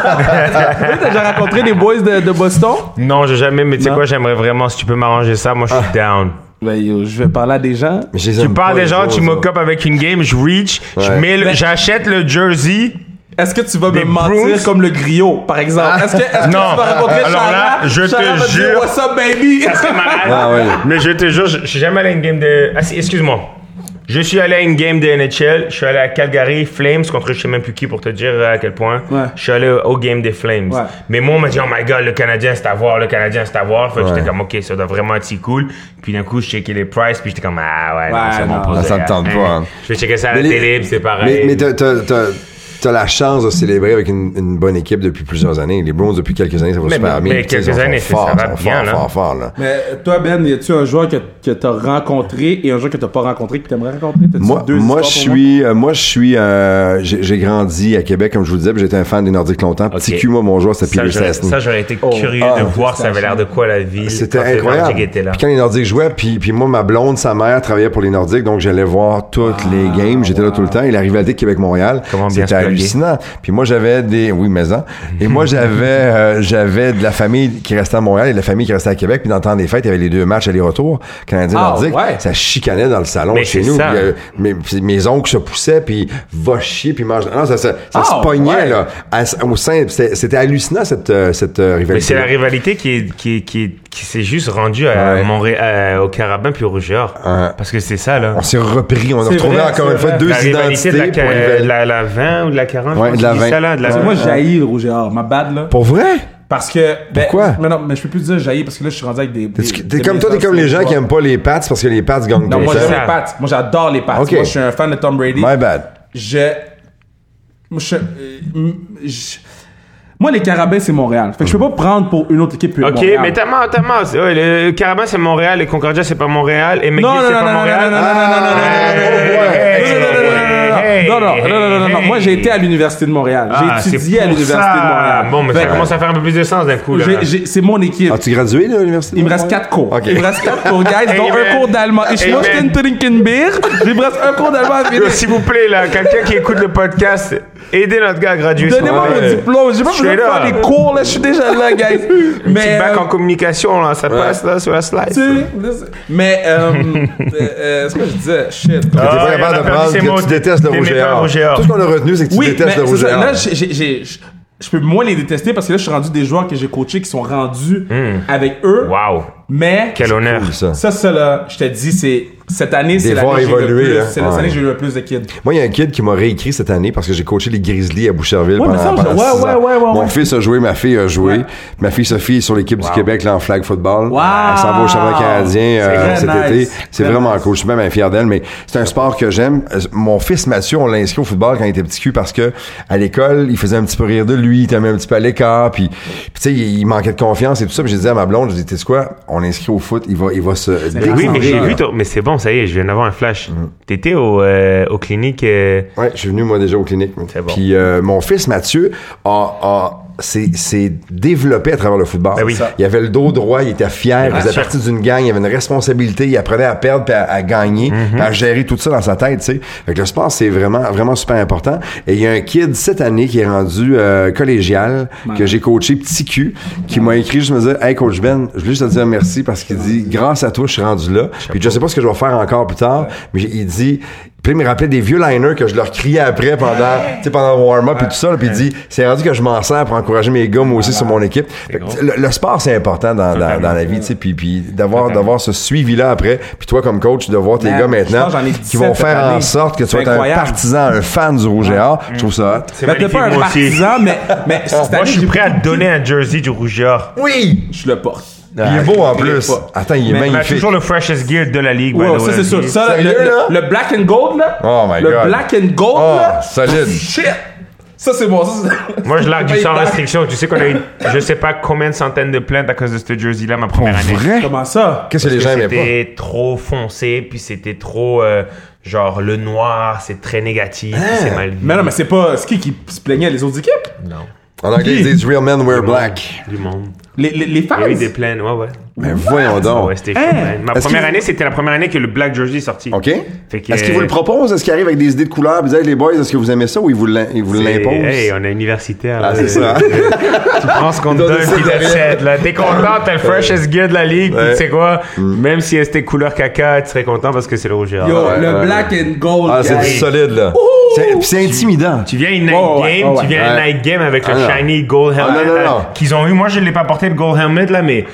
A: t'as déjà rencontré des boys de, de Boston?
D: Non, j'ai jamais, mais tu sais
A: Non.
D: quoi, j'aimerais vraiment, si tu peux m'arranger ça, moi je suis down.
A: Ben, yo, je vais parler à des gens.
B: Mais je les
D: Tu
B: aime Ah.
D: parles
B: pas,
D: des
B: les
D: gens, tu
B: autres,
D: me
B: là.
D: copes avec une game, je reach, je
B: Ouais. Ben-
D: mets le-
A: Mais-
D: j'achète le jersey.
A: Est-ce que tu vas
D: Des
A: me mentir
D: Bruins?
A: comme le griot, par exemple? Est-ce que, est-ce que
D: Non.
A: tu vas rencontrer
D: Alors là,
A: Chara?
D: je te
A: Chara va te dire,
D: jure.
A: What's up, baby?
B: Ah ouais.
D: Mais je te jure, je je suis jamais allé à une game de. Ah, si, Excuse-moi. Je suis allé à une game de NHL. Je suis allé à Calgary Flames contre je sais même plus qui pour te dire à quel point.
A: Ouais.
D: Je suis allé au, au game des Flames.
A: Ouais.
D: Mais moi, on m'a dit, oh my god, le Canadien c'est à voir, le Canadien c'est à voir. Fait que
B: Ouais.
D: j'étais comme, ok, ça doit vraiment être si cool. Puis d'un coup, je checkais les prices, puis j'étais comme, ah ouais, non,
A: Ouais,
D: c'est
A: non.
D: bon pour
B: Ça, ça
D: dire,
B: te tente
D: hein.
B: pas, hein.
D: Je vais checker ça à la
B: Mais les-
D: télé, puis c'est pareil.
B: Mais, mais t'as- t'as- t'as t'as la chance de célébrer avec une, une bonne équipe depuis plusieurs années. Les Browns, depuis quelques années, ça va
D: Mais-
B: super
D: mais
B: bien. Puis, tu sais,
D: quelques
B: ils sont
D: années,
B: forts,
D: ça va
B: ils sont
D: bien,
B: forts,
D: là.
B: forts, forts, là.
A: Mais toi, Ben, y a-tu un joueur que, que t'as rencontré et un joueur que t'as pas rencontré que t'aimerais rencontrer? T'as-tu
B: Moi,
A: deux
B: moi,
A: histoires
B: je
A: pour moi?
B: suis, euh, moi, je suis, euh, j'ai j'ai grandi à Québec, comme je vous le disais, puis j'étais un fan des Nordiques longtemps. Petit cul, moi, mon joueur, c'était
D: ça,
B: Peter
D: j'aurais-
B: Stastny.
D: ça, j'aurais
A: Oh.
D: été curieux
B: Ah,
D: de voir ça avait l'air de quoi la ville.
B: C'était
D: quand le
B: incroyable.
D: Magic était là.
B: Puis quand les Nordiques jouaient, puis, puis moi, ma blonde, sa mère travaillait pour les Nordiques, donc j'allais voir toutes les games. J'étais là tout le temps. Et la rivalité Québec-Montréal,
D: Ah, Comment
B: c'était
D: bien se plugger.
B: hallucinant. Puis moi, j'avais des... Oui, maison. Et moi, j'avais euh, j'avais de la famille qui restait à Montréal et de la famille qui restait à Québec. Puis dans le temps des fêtes, il y avait les deux matchs aller-retour canadien-nordique.
A: Ah, ouais.
B: Ça chicanait dans le salon
D: Mais
B: chez
D: c'est
B: nous.
D: ça.
B: Puis, euh, mes, puis mes oncles se poussaient, puis va chier, puis mange... Non, ça, ça, ça
A: Ah,
B: se pognait,
A: ouais.
B: là, à- au sein. C'était c'était hallucinant, cette, euh, cette euh, rivalité.
D: Mais c'est la rivalité qui est, qui est- qui est- qui s'est juste rendue à
B: Ouais.
D: Montréal, à- au Carabin puis au Rougeur.
B: Ouais.
D: Parce que c'est ça, là.
B: On s'est repris, on a
A: C'est
B: retrouvé
A: vrai,
B: encore
A: c'est
B: une fois
A: vrai.
B: deux
D: La rivalité
B: identités
D: de la,
B: pour,
D: ca-
B: les-
D: la, la 20 ou de la 40. je
B: Ouais,
D: pense
B: de la
D: qu'ils disent
B: 20.
D: Ça, là, de la
A: Moi, j'haïs le rouge et or. Ma bad, là.
B: euh, Pour vrai?
A: Parce que. Ben,
B: Pourquoi?
A: Mais non, mais je peux plus dire jaillit parce que là, je suis rendu avec des.
B: T'es-
A: des-
B: T'es
A: des
B: comme toi, t'es
A: blessures,
B: comme les
A: c'est
B: gens
A: pas-
B: qui aiment pas les Pats parce que les Pats gagnent
A: Non,
B: tout
A: moi,
B: le
A: j'aime
B: temps.
A: les Pats. Moi, j'adore les Pats.
B: Ok.
A: Moi, je suis un fan de Tom Brady.
B: My bad.
A: Je. Moi, je- euh, m- je- Moi, les Carabins, c'est Montréal. Fait que je peux pas prendre pour une autre équipe. que
D: Ok,
A: Montréal.
D: mais Thomas, Thomas, ouais, le Carabin c'est Montréal, et Concordia c'est pas Montréal, et McGill
A: Non, non, non,
D: c'est pas
A: non, non,
D: Montréal.
A: non, non, non, non, non, non, Non, non, non, non, non, non, non. Moi, j'ai été à l'Université de Montréal.
D: Ah,
A: J'ai étudié
D: c'est
A: à
D: pour
A: l'Université
D: ça.
A: de Montréal.
D: Bon, mais
A: Fait
D: ça
A: que
D: commence à faire un peu plus de sens d'un coup, là. Ah,
A: j'ai- j'ai- C'est mon équipe.
B: As-tu gradué, là, à l'université?
A: Il me reste 4 cours.
B: Ok.
A: Il me reste 4 cours, guys, dont
D: Amen.
A: un cours d'allemand. Ich
D: Amen.
A: möchte einen trinken Bier. Il me reste un cours d'allemand à finir.
D: Yo, Euh, S'il vous plaît, là, quelqu'un qui écoute le podcast, aidez notre gars à graduer. s'il vous
A: Donnez-moi
D: plaît.
A: mon diplôme. J'ai pas besoin de
D: Straight
A: faire
D: up.
A: des cours, là. Je suis déjà là, guys.
D: Petit
A: Mais.
D: bac
A: euh,
D: en communication, là, ça passe là sur la slide.
A: tu sais, Mais, euh, euh, ce que je disais, shit.
B: T'es
D: Ah,
B: pas
D: il y en a
B: capable de
D: perdu
B: prendre
D: ses mots.
B: que tu détestes le
D: T'aimais
B: rouge et
D: pas le
B: or.
D: rouge et or.
B: Tout ce qu'on a retenu, c'est que tu
A: Oui, mais
B: détestes le
A: c'est
B: rouge et
A: ça.
B: or.
A: Là, j'ai- j'ai- j'ai- je je peux moins les détester parce que là, je suis rendu des joueurs que j'ai coachés qui sont rendus
B: Hmm.
A: avec eux.
D: Wow,
A: Mais.
D: quel honneur.
B: cool, ça.
A: Ça, ça, là, je te dis, c'est. Cette année, c'est l'année
B: voir
A: que j'ai le
B: évoluer,
A: plus.
B: là.
A: C'est l'année
B: Ouais.
A: que j'ai eu le plus de kids.
B: Moi, il y a un kid qui m'a réécrit cette année parce que j'ai coaché les Grizzlies à Boucherville
A: Ouais, mais ça,
B: pendant,
A: je-
B: pendant
A: ouais,
B: six
A: ouais,
B: ans.
A: ouais, ouais,
B: Mon
A: ouais.
B: fils a joué, ma fille a joué.
A: Ouais.
B: Ma fille Sophie est sur l'équipe du Québec là, en flag football. Elle s'en va au championnat canadien euh,
A: vrai
B: cet
A: nice.
B: été. C'est
A: Très
B: vraiment
A: nice.
B: cool. Je suis même un fier d'elle, mais c'est un sport que j'aime. Euh, Mon fils Mathieu, on l'a inscrit au football quand il était petit cul parce que à l'école, il faisait un petit peu rire de lui, il était un petit peu à l'écart, puis, puis tu sais, il, il manquait de confiance et tout ça. Puis j'ai dit à ma blonde, je dis, tu sais quoi, on l'inscrit au foot, il va, il va se
D: Oui, mais
B: découvrir.
D: j'ai vu ton... Mais c'est bon, ça y est, je viens d'avoir un flash.
B: Mm.
D: T'étais au, euh, au clinique... euh,
B: Ouais, je suis venu moi déjà aux cliniques.
D: C'est bon.
B: Puis euh, mon fils Mathieu a, a s'est s'est développé à travers le football.
D: Ben oui. Ah,
B: Ça. Il avait le dos droit, il était fier, il faisait
D: sûr.
B: partie d'une gang, il avait une responsabilité, il apprenait à perdre, puis à, à gagner,
D: Mhm.
B: puis à gérer tout ça dans sa tête, tu sais. Fait que le sport, c'est vraiment, vraiment super important. Et il y a un kid cette année qui est rendu euh, collégial, que j'ai coaché, petit cul, qui m'a écrit, je me disais, hey coach Ben, je voulais juste te dire merci parce qu'il dit, grâce à toi, je suis rendu là. Puis je sais pas ce que je vais faire encore plus tard, mais il dit, puis il me rappelait des vieux liners que je leur criais après pendant, tu sais, pendant le warm-up et tout ça. là, Puis il dit, c'est rendu que je m'en sers pour encourager mes gars, moi aussi, sur mon équipe. Fait que Le, le sport, c'est important dans, dans, dans la vie, tu sais. Puis, puis d'avoir, d'avoir ce suivi-là après. Puis toi, comme coach, de voir tes
A: Man,
B: gars
A: je
B: maintenant
A: pense que j'en ai
B: qui vont
A: 17
B: faire
A: cette
B: en
A: année.
B: sorte que tu
A: C'est
B: sois un
A: incroyable.
B: partisan, un fan du Rouge et Or. Je trouve ça hot.
D: C'est
A: Mais t'es
D: magnifique,
A: pas un
D: moi aussi.
A: partisan, mais, mais cette
D: Moi,
A: année,
D: je suis
A: j'ai
D: prêt à
A: beaucoup de-
D: donner un jersey du Rouge et Or.
B: Oui!
A: Je le porte.
B: Puis il est beau en
A: Il est
B: plus.
A: pas.
B: Attends, il est
D: On a
B: magnifique.
D: toujours le freshest gear de la ligue. by
A: Ouais,
D: the
A: ça
D: way.
A: c'est sûr. Ça, le,
B: Sérieux,
A: le-
B: là?
A: le black and gold là.
B: Oh my
A: le
B: God.
A: black and gold
B: Oh,
A: là.
B: solide.
A: Shit. Ça c'est bon. Ça, c'est-
D: Moi, je largue du
A: Pas
D: sans
A: évident.
D: restriction. Tu sais qu'on a eu, je sais pas combien de centaines de plaintes à cause de ce jersey-là ma première année.
B: Vrai?
A: Comment ça?
B: Qu'est-ce que les gens
D: Parce que
B: aimaient pas?
D: C'était trop foncé, puis c'était trop euh, genre le noir, c'est très négatif, puis c'est mal vu.
A: Ah, Mais non, mais c'est pas ce qui qui se plaignait les autres équipes.
D: Non,
B: En anglais, ils disent real men wear black.
D: du monde.
A: Les, les, les fans.
D: Il y a eu des plaintes, ouais, ouais.
B: Mais voyons donc.
D: Ah, Ouais, c'était
A: Eh,
D: chaud, man. Ma
B: Est-ce
D: première
B: qu'il-
D: année, c'était la première année que le Black Jersey est sorti.
B: OK.
D: Fait que-
B: Est-ce qu'ils vous le proposent? Est-ce qu'ils arrivent avec des idées de couleurs? Vous dites, les boys, est-ce que vous aimez ça ou ils vous l'im- ils vous
D: C'est-
B: l'imposent?
D: Hey, on est universitaire.
B: Ah,
D: là.
B: c'est ça.
D: Tu prends ce qu'on te
B: Ils ont
D: donne,
B: décidé
D: puis
B: de rien.
D: t'achètes, là. T'es content, t'es le freshest gars de la ligue, puis
B: Ouais. Mm.
D: tu sais quoi? Même si c'était couleur caca, tu serais content parce que c'est le rouge et or.
A: Yo,
B: ouais,
A: le
B: ouais,
A: black and gold.
B: Ah, c'est
A: guys.
B: du solide, là. C'est- Puis c'est intimidant.
D: Tu viens à une night
A: Oh, ouais,
D: game,
A: oh,
D: tu
A: ouais.
D: viens à une
B: Ouais.
D: night game avec le
B: Ah, non.
D: shiny gold helmet
B: non, non,
D: là,
B: non.
D: qu'ils ont eu. Moi, je ne l'ai pas porté le gold helmet là, mais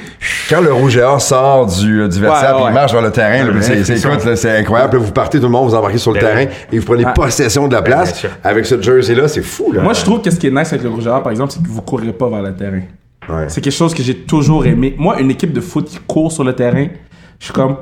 B: Quand le rouge et or sort du, euh, du vestiaire,
A: Ouais,
B: puis
A: ouais.
B: il marche vers le terrain, là, puis c'est,
D: Ouais,
B: c'est,
D: c'est ça.
B: écoute, là, c'est incroyable. Puis vous partez tout le monde, vous embarquez sur le
D: Ben
B: terrain
D: oui.
B: et vous
A: Ah.
B: prenez possession de la place.
D: sûr.
B: Avec ce jersey-là, c'est fou, là.
A: Ben, Moi, je trouve que ce qui est nice avec le Rouge et Or, par exemple, c'est que vous courez pas vers le terrain.
B: Ouais.
A: C'est quelque chose que j'ai toujours aimé. Moi, une équipe de foot qui court sur le terrain, je suis comme,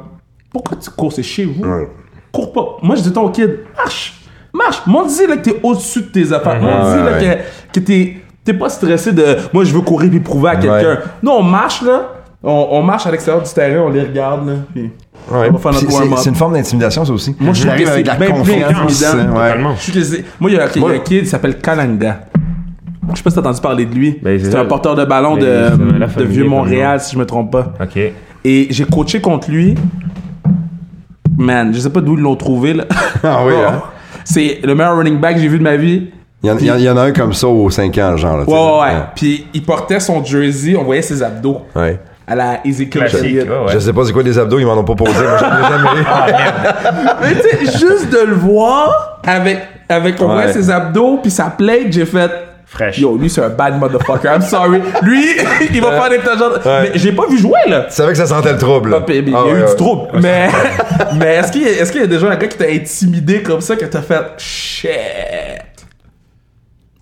A: pourquoi tu cours? C'est chez vous.
B: Ouais.
A: Cours pas. Moi, je dis ton kid, marche, marche. Montre-y là, que t'es au-dessus de tes affaires. Montre-y
B: Ouais,
A: là,
B: ouais.
A: que, que t'es, t'es pas stressé de, moi, je veux courir puis prouver à quelqu'un.
B: Ouais.
A: Non, on marche là. On, on marche à l'extérieur du terrain, on les regarde là. puis
B: Ouais.
A: on va faire
B: Puis
A: notre
B: c'est,
A: warm-up.
B: c'est une forme d'intimidation, ça aussi.
A: Moi, je trouve
B: J'arrive
A: que c'est
B: avec la
A: bien plus
B: confiance.
A: intimidant.
B: hein, ouais.
D: Totalement.
A: Je suis désolé. Moi, il y a, il y a un kid qui s'appelle Kalanga. Je sais pas si t'as entendu parler de lui.
D: Ben, c'est
A: C'est un
D: ça.
A: porteur de ballon
D: Ben,
A: de,
D: ça m'a l'air
A: de
D: familier,
A: Vieux-Montréal,
D: vraiment.
A: si je me trompe pas.
D: ok.
A: Et j'ai coaché contre lui. Man, je sais pas d'où ils l'ont trouvé, là.
B: Ah oui,
A: Oh.
B: hein.
A: C'est le meilleur running back que j'ai vu de ma vie.
B: Il y en- il y, en- il y en a un comme ça aux 5 ans, genre. Là, tu
A: Ouais,
B: sais.
A: ouais, ouais. Puis il portait son jersey, on voyait ses abdos.
B: Ouais.
A: À la Ezekiel
D: Classique.
A: Elliott.
D: ouais, ouais.
B: Je sais pas c'est quoi des abdos, ils m'en ont pas posé. Moi, j'en ai jamais
A: Ah, Mais tu sais, juste de le voir avec, avec on voyait
B: Ouais.
A: ses abdos, puis sa plate, j'ai fait.
D: Fraîche.
A: Yo, lui, c'est un bad motherfucker. I'm sorry. Lui, il va faire des petits genres.
B: Ouais.
A: Mais j'ai pas vu jouer, là.
B: Tu savais que ça sentait le trouble. là.
A: Pas payé, mais
B: Ah,
A: il y a
B: ouais,
A: eu
B: ouais.
A: du trouble. Mais, mais est-ce qu'il y, est qu'il y a déjà un gars qui t'a intimidé comme ça, que t'a fait shit?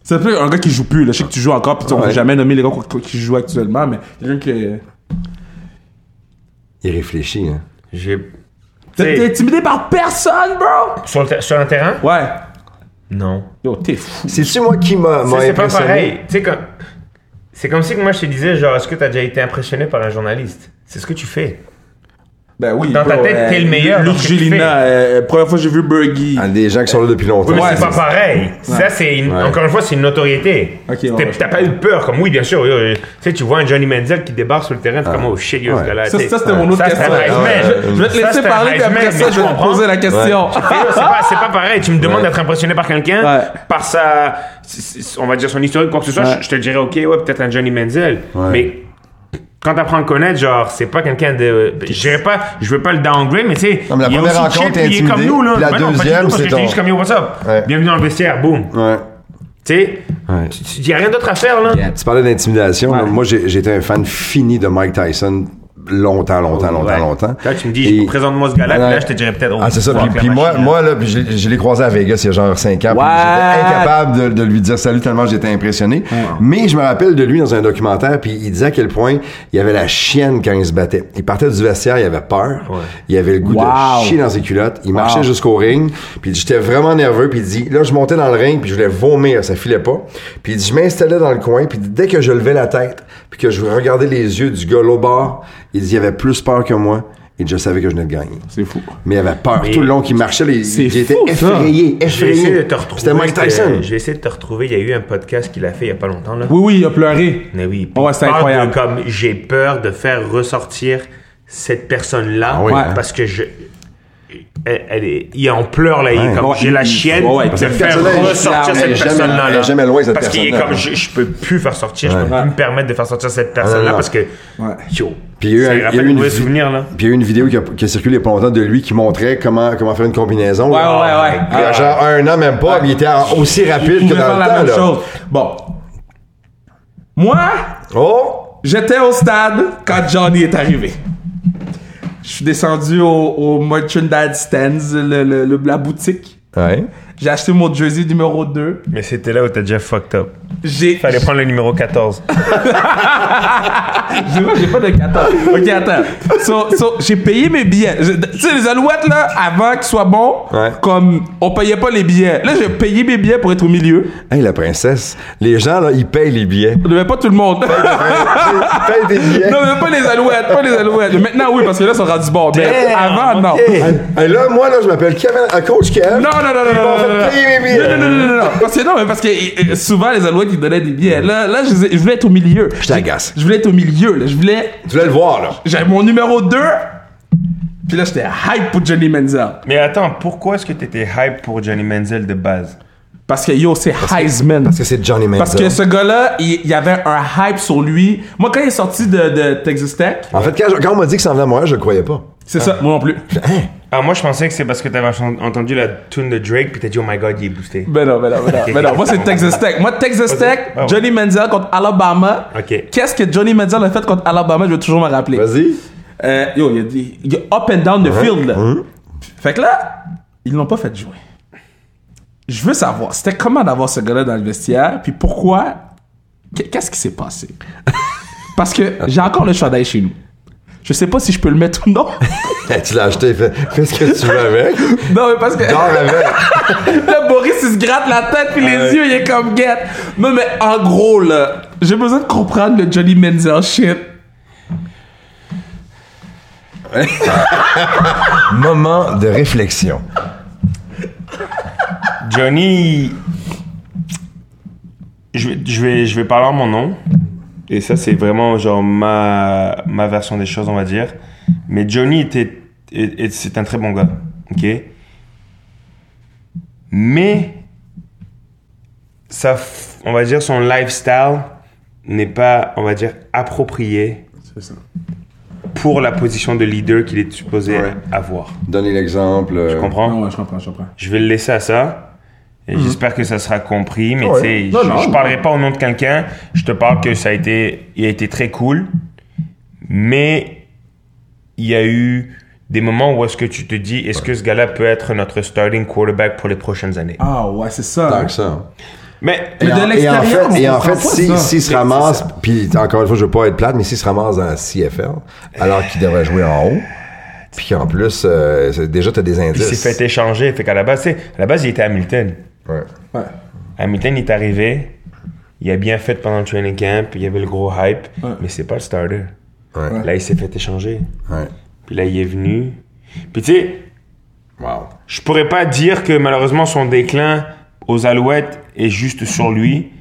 A: C'est un peu un gars qui joue plus, là. Je sais que tu joues encore, puis on va
B: Ouais.
A: jamais nommer les gars qui, qui jouent actuellement, mais quelqu'un qui.
B: Il réfléchit. Hein.
D: J'ai
A: T'es
D: T'sais-
A: t'es intimidé par personne, bro!
D: sur, le ter- sur un terrain
A: Ouais.
D: Non.
A: Yo, t'es fou.
B: C'est-tu moi qui m'a
D: Tu sais,
B: m'a
D: C'est pas
B: impressionné?
D: pareil. Tu sais comme c'est comme si que moi je te disais genre est-ce que t'as déjà été impressionné par un journaliste C'est ce que tu fais.
A: Ben oui.
D: Dans ta
A: bro,
D: tête,
A: euh,
D: t'es le meilleur dans
A: Luc
D: ce que tu fais.
A: Gélina, euh, première fois que j'ai vu Bergie.
B: Ah, des gens qui sont là depuis longtemps.
D: Oui, mais
A: Ouais,
D: c'est pas pareil. Ça, c'est une-
B: Ouais.
D: encore une fois, c'est une notoriété.
A: Ok,
D: T'es-
A: ouais, ouais,
D: T'as pas eu peur, comme oui, bien sûr. yo, yo, Tu sais, tu vois un Johnny Manziel qui débarque sur le terrain, t'es comme oh shit, yo,
B: Ouais.
D: ce gars-là.
A: Ça,
D: tu sais.
A: ça, c'était mon autre
D: c'était
A: question.
D: un Heisman.
B: Ouais, ouais, ouais.
A: Ah. Je vais te
D: Ça,
A: laisser
D: c'était un
A: parler, puis après
D: Heisman,
A: ça,
D: mais
A: je vais
D: tu
A: te
D: comprends?
A: poser la question.
D: Fait que c'est pas, c'est pas pareil. Tu me demandes d'être impressionné par quelqu'un,
A: Ouais.
D: par sa, s- s- on va dire son historique, quoi que ce soit,
A: Ouais.
D: je, je te dirais, ok, ouais, peut-être un Johnny Menzel.
B: Ouais.
D: Mais quand t'apprends à le connaître, genre, c'est pas quelqu'un de. Je dirais pas, je veux pas le downgrade, mais tu sais.
B: Non, mais la
D: il est
B: première
D: aussi
B: rencontre,
D: chill, puis il est
B: t'es
D: comme
B: intimidé,
D: nous, là.
B: puis la
D: Ben non, pas du tout,
B: deuxième,
D: parce que
B: c'est
D: je t'ai
B: ton-
D: juste comme yo, what's up?
B: Ouais.
D: Bienvenue dans le vestiaire, boum.
B: Ouais.
D: Tu sais,
B: Ouais.
D: il n'y a rien d'autre à faire, là.
B: Tu parlais d'intimidation. là. Moi, j'ai- j'étais un fan fini de Mike Tyson longtemps, longtemps, longtemps,
D: Ouais.
B: longtemps.
D: Là, tu me dis,
B: Et-
D: présente-moi ce gars-là,
B: Ah,
D: puis là,
B: non.
D: je te dirais peut-être. oh,
B: Ah, c'est ça.
D: fuck,
B: Puis,
D: la
B: puis moi,
D: machine,
B: moi, là, puis je, l'ai- je l'ai croisé à Vegas il y a genre 5 ans. puis
A: What?
B: J'étais incapable de, de lui dire salut tellement j'étais impressionné. Mais je me rappelle de lui dans un documentaire, puis il disait à quel point il avait la chienne quand il se battait. Il partait du vestiaire, il avait peur. Il avait le goût
A: Wow.
B: de chier dans ses culottes. Il marchait jusqu'au ring, puis j'étais vraiment nerveux, puis il dit, là, je montais dans le ring, puis je voulais vomir, ça filait pas. Puis il dit, je m'installais dans le coin, puis dès que je levais la tête, puis que je regardais les yeux du gars au bord, il dit, il avait plus peur que moi. Il déjà savait que je venais de gagner.
A: C'est fou.
B: Mais il avait peur tout le long qu'il marchait. là, Il,
A: C'est
B: il était
A: fou, ça.
B: effrayé,
D: Je vais essayer de
B: effrayé.
D: te retrouver. euh,
B: C'était Mike Tyson.
D: Je vais essayer de te retrouver. Il y a eu un podcast qu'il a fait il y a pas longtemps, là.
A: Oui, oui, il a pleuré.
D: Mais oui.
B: Oh,
A: Ouais, c'est
D: Il parle de
A: incroyable.
D: comme j'ai peur de faire ressortir cette personne-là
B: Ah oui,
A: hein.
D: parce que je. Elle, elle est, il est en pleurs là, il est
B: Ouais.
D: comme
A: Ouais,
D: j'ai la
A: il-
D: chienne
A: ouais, ouais,
D: de
A: parce que
B: cette
D: faire
B: personne-là, elle est
D: ressortir
B: jamais-
D: cette
B: elle est jamais-
D: personne-là.
B: elle est
D: là.
B: jamais loin, cette
D: Parce qu'il est
B: personne-là. hein.
D: comme je, je peux plus faire sortir, je peux
B: Ouais.
D: plus me permettre de faire sortir cette
B: non,
D: personne-là
B: non.
D: parce que
A: Ouais.
D: yo,
B: Puis il y a eu
D: ça
B: un-
D: me
B: il y a
D: rappelle
B: eu une
D: de mauvais
B: vi-
D: souvenirs là.
B: Puis il y a eu une vidéo qui a, qui a circulé il y a pas longtemps de lui qui montrait comment, comment faire une combinaison.
A: Ouais,
B: là.
A: ouais, ouais.
B: Il y a genre un an, même pas, puis il était en- aussi rapide que
A: Il voulait
B: dans
A: faire
B: le
A: la
B: temps.
A: même
B: là.
A: chose. Bon. Moi,
B: Oh!
A: j'étais au stade quand Johnny est arrivé. Je suis descendu au, au merchandise stands, le, le- le- la boutique.
B: Ouais.
A: J'ai acheté mon jersey numéro 2.
D: Mais c'était là où t'as déjà fucked up.
A: J'ai.
D: Fallait prendre le numéro 14.
A: J'ai j'ai pas de 14. Ok, attends. So, so, j'ai payé mes billets. Je- Tu sais, les alouettes, là, avant qu'ils soient bons,
B: Ouais.
A: comme on payait pas les billets. Là, j'ai payé mes billets pour être au milieu.
B: Hey, la princesse. Les gens, là, ils payent les billets.
A: Mais pas tout le monde.
B: Ils payent des billets.
A: non, mais pas les alouettes, pas les alouettes. Mais Maintenant, oui, parce que là, ils sont rendus bons. Mais avant, non.
B: Hey, là, moi, là, je m'appelle Kevin, un coach Kev.
A: Non, non, non, non,
B: Ils m'ont
A: non, non,
B: fait payer mes
A: non,
B: billets.
A: non, non, non, non, non, parce que non, mais parce que euh, souvent les alouettes ils donnaient des billets. Là, là, je, je voulais être au milieu.
B: Je t'agace.
A: Je voulais être au milieu. Là. Je voulais,
B: Tu voulais le voir, là.
A: j'avais mon numéro 2. Puis là, j'étais hype pour Johnny Menzel.
D: Mais attends, pourquoi est-ce que t'étais hype pour Johnny Menzel de base?
A: Parce que yo, c'est Heisman.
B: Parce que c'est Johnny Manziel.
A: Parce que ce gars-là, il il y avait un hype sur lui. Moi, quand il est sorti de, de Texas Tech,
B: En fait, quand, je- quand on m'a dit que ça en venait à Montréal, je le croyais pas.
A: c'est ça, moi non plus.
D: Ah, moi, je pensais que c'est parce que t'avais chan- entendu la tune de Drake, puis t'as dit, oh my god, il est boosté.
A: Ben non, ben non, ben non. ben non. Moi, c'est Texas Tech. Moi, Texas Tech,
D: Ah ouais.
A: Johnny Manziel contre Alabama.
D: Ok.
A: Qu'est-ce que Johnny Manziel a fait contre Alabama? Je vais toujours me rappeler.
B: Vas-y.
A: Euh, yo, il y a des- il y, a up and down the field. Là. Fait que là, ils l'ont pas fait jouer. Je veux savoir, c'était comment d'avoir ce gars-là dans le vestiaire, puis pourquoi, qu- qu'est-ce qui s'est passé? Parce que j'ai encore le chandail chez nous. Je sais pas si je peux le mettre ou non.
B: Hey, Ben, tu l'as acheté, fais, fais ce que tu veux avec.
A: non, mais parce que
B: Dors avec.
A: là, Boris, il se gratte la tête puis les yeux, il est comme guette. Non, mais en gros, là, j'ai besoin de comprendre le Johnny Menzel shit.
B: Moment de réflexion.
D: Johnny. Je vais, je, vais, je vais parler en mon nom. Et ça, c'est vraiment genre ma, ma version des choses, on va dire. Mais Johnny était. est- est- C'est un très bon gars. OK? Mais. Ça, f- on va dire, son lifestyle n'est pas, on va dire, approprié pour la position de leader qu'il est supposé
B: Ouais.
D: avoir.
B: Donner l'exemple. euh,
D: Tu comprends?
A: ouais, je comprends, je comprends.
D: Ah Je vais le laisser à ça. Et J'espère que ça sera compris, mais
B: Hmm. Ouais.
D: tu sais,
B: Non,
D: je,
B: non,
D: je
B: non.
D: parlerai pas au nom de quelqu'un. Je te parle que ça a été, il a été très cool, mais il y a eu des moments où est-ce que tu te dis, est-ce que ce gars-là peut être notre starting quarterback pour les prochaines années
A: Ah, ouais, c'est
B: tant
A: ça.
B: que ça.
D: Mais
A: Mais de
B: Et en-
A: l'extérieur,
B: et en
A: on
B: fait, et en
A: comprend
B: fait
A: pas
B: s'il
A: ça.
B: s'il se ramasse, puis encore une fois, je veux pas être plate, mais s'il se ramasse dans la CFL, alors qu'il devrait jouer en haut, puis en plus, euh, c'est- déjà, t'as des
D: il
B: indices.
D: s'est fait échanger. Fait qu'à la base, tu sais, à la base, il était à Hamilton.
B: Ouais.
A: Ouais.
D: Hamilton il est arrivé. Il a bien fait pendant le training camp. Il y avait le gros hype,
A: Ouais.
D: mais c'est pas le starter.
B: Ouais.
D: Là, il s'est fait échanger.
B: Ouais.
D: Puis là, il est venu. Puis tu sais,
B: Wow.
D: Je pourrais pas dire que malheureusement son déclin aux Alouettes est juste sur lui.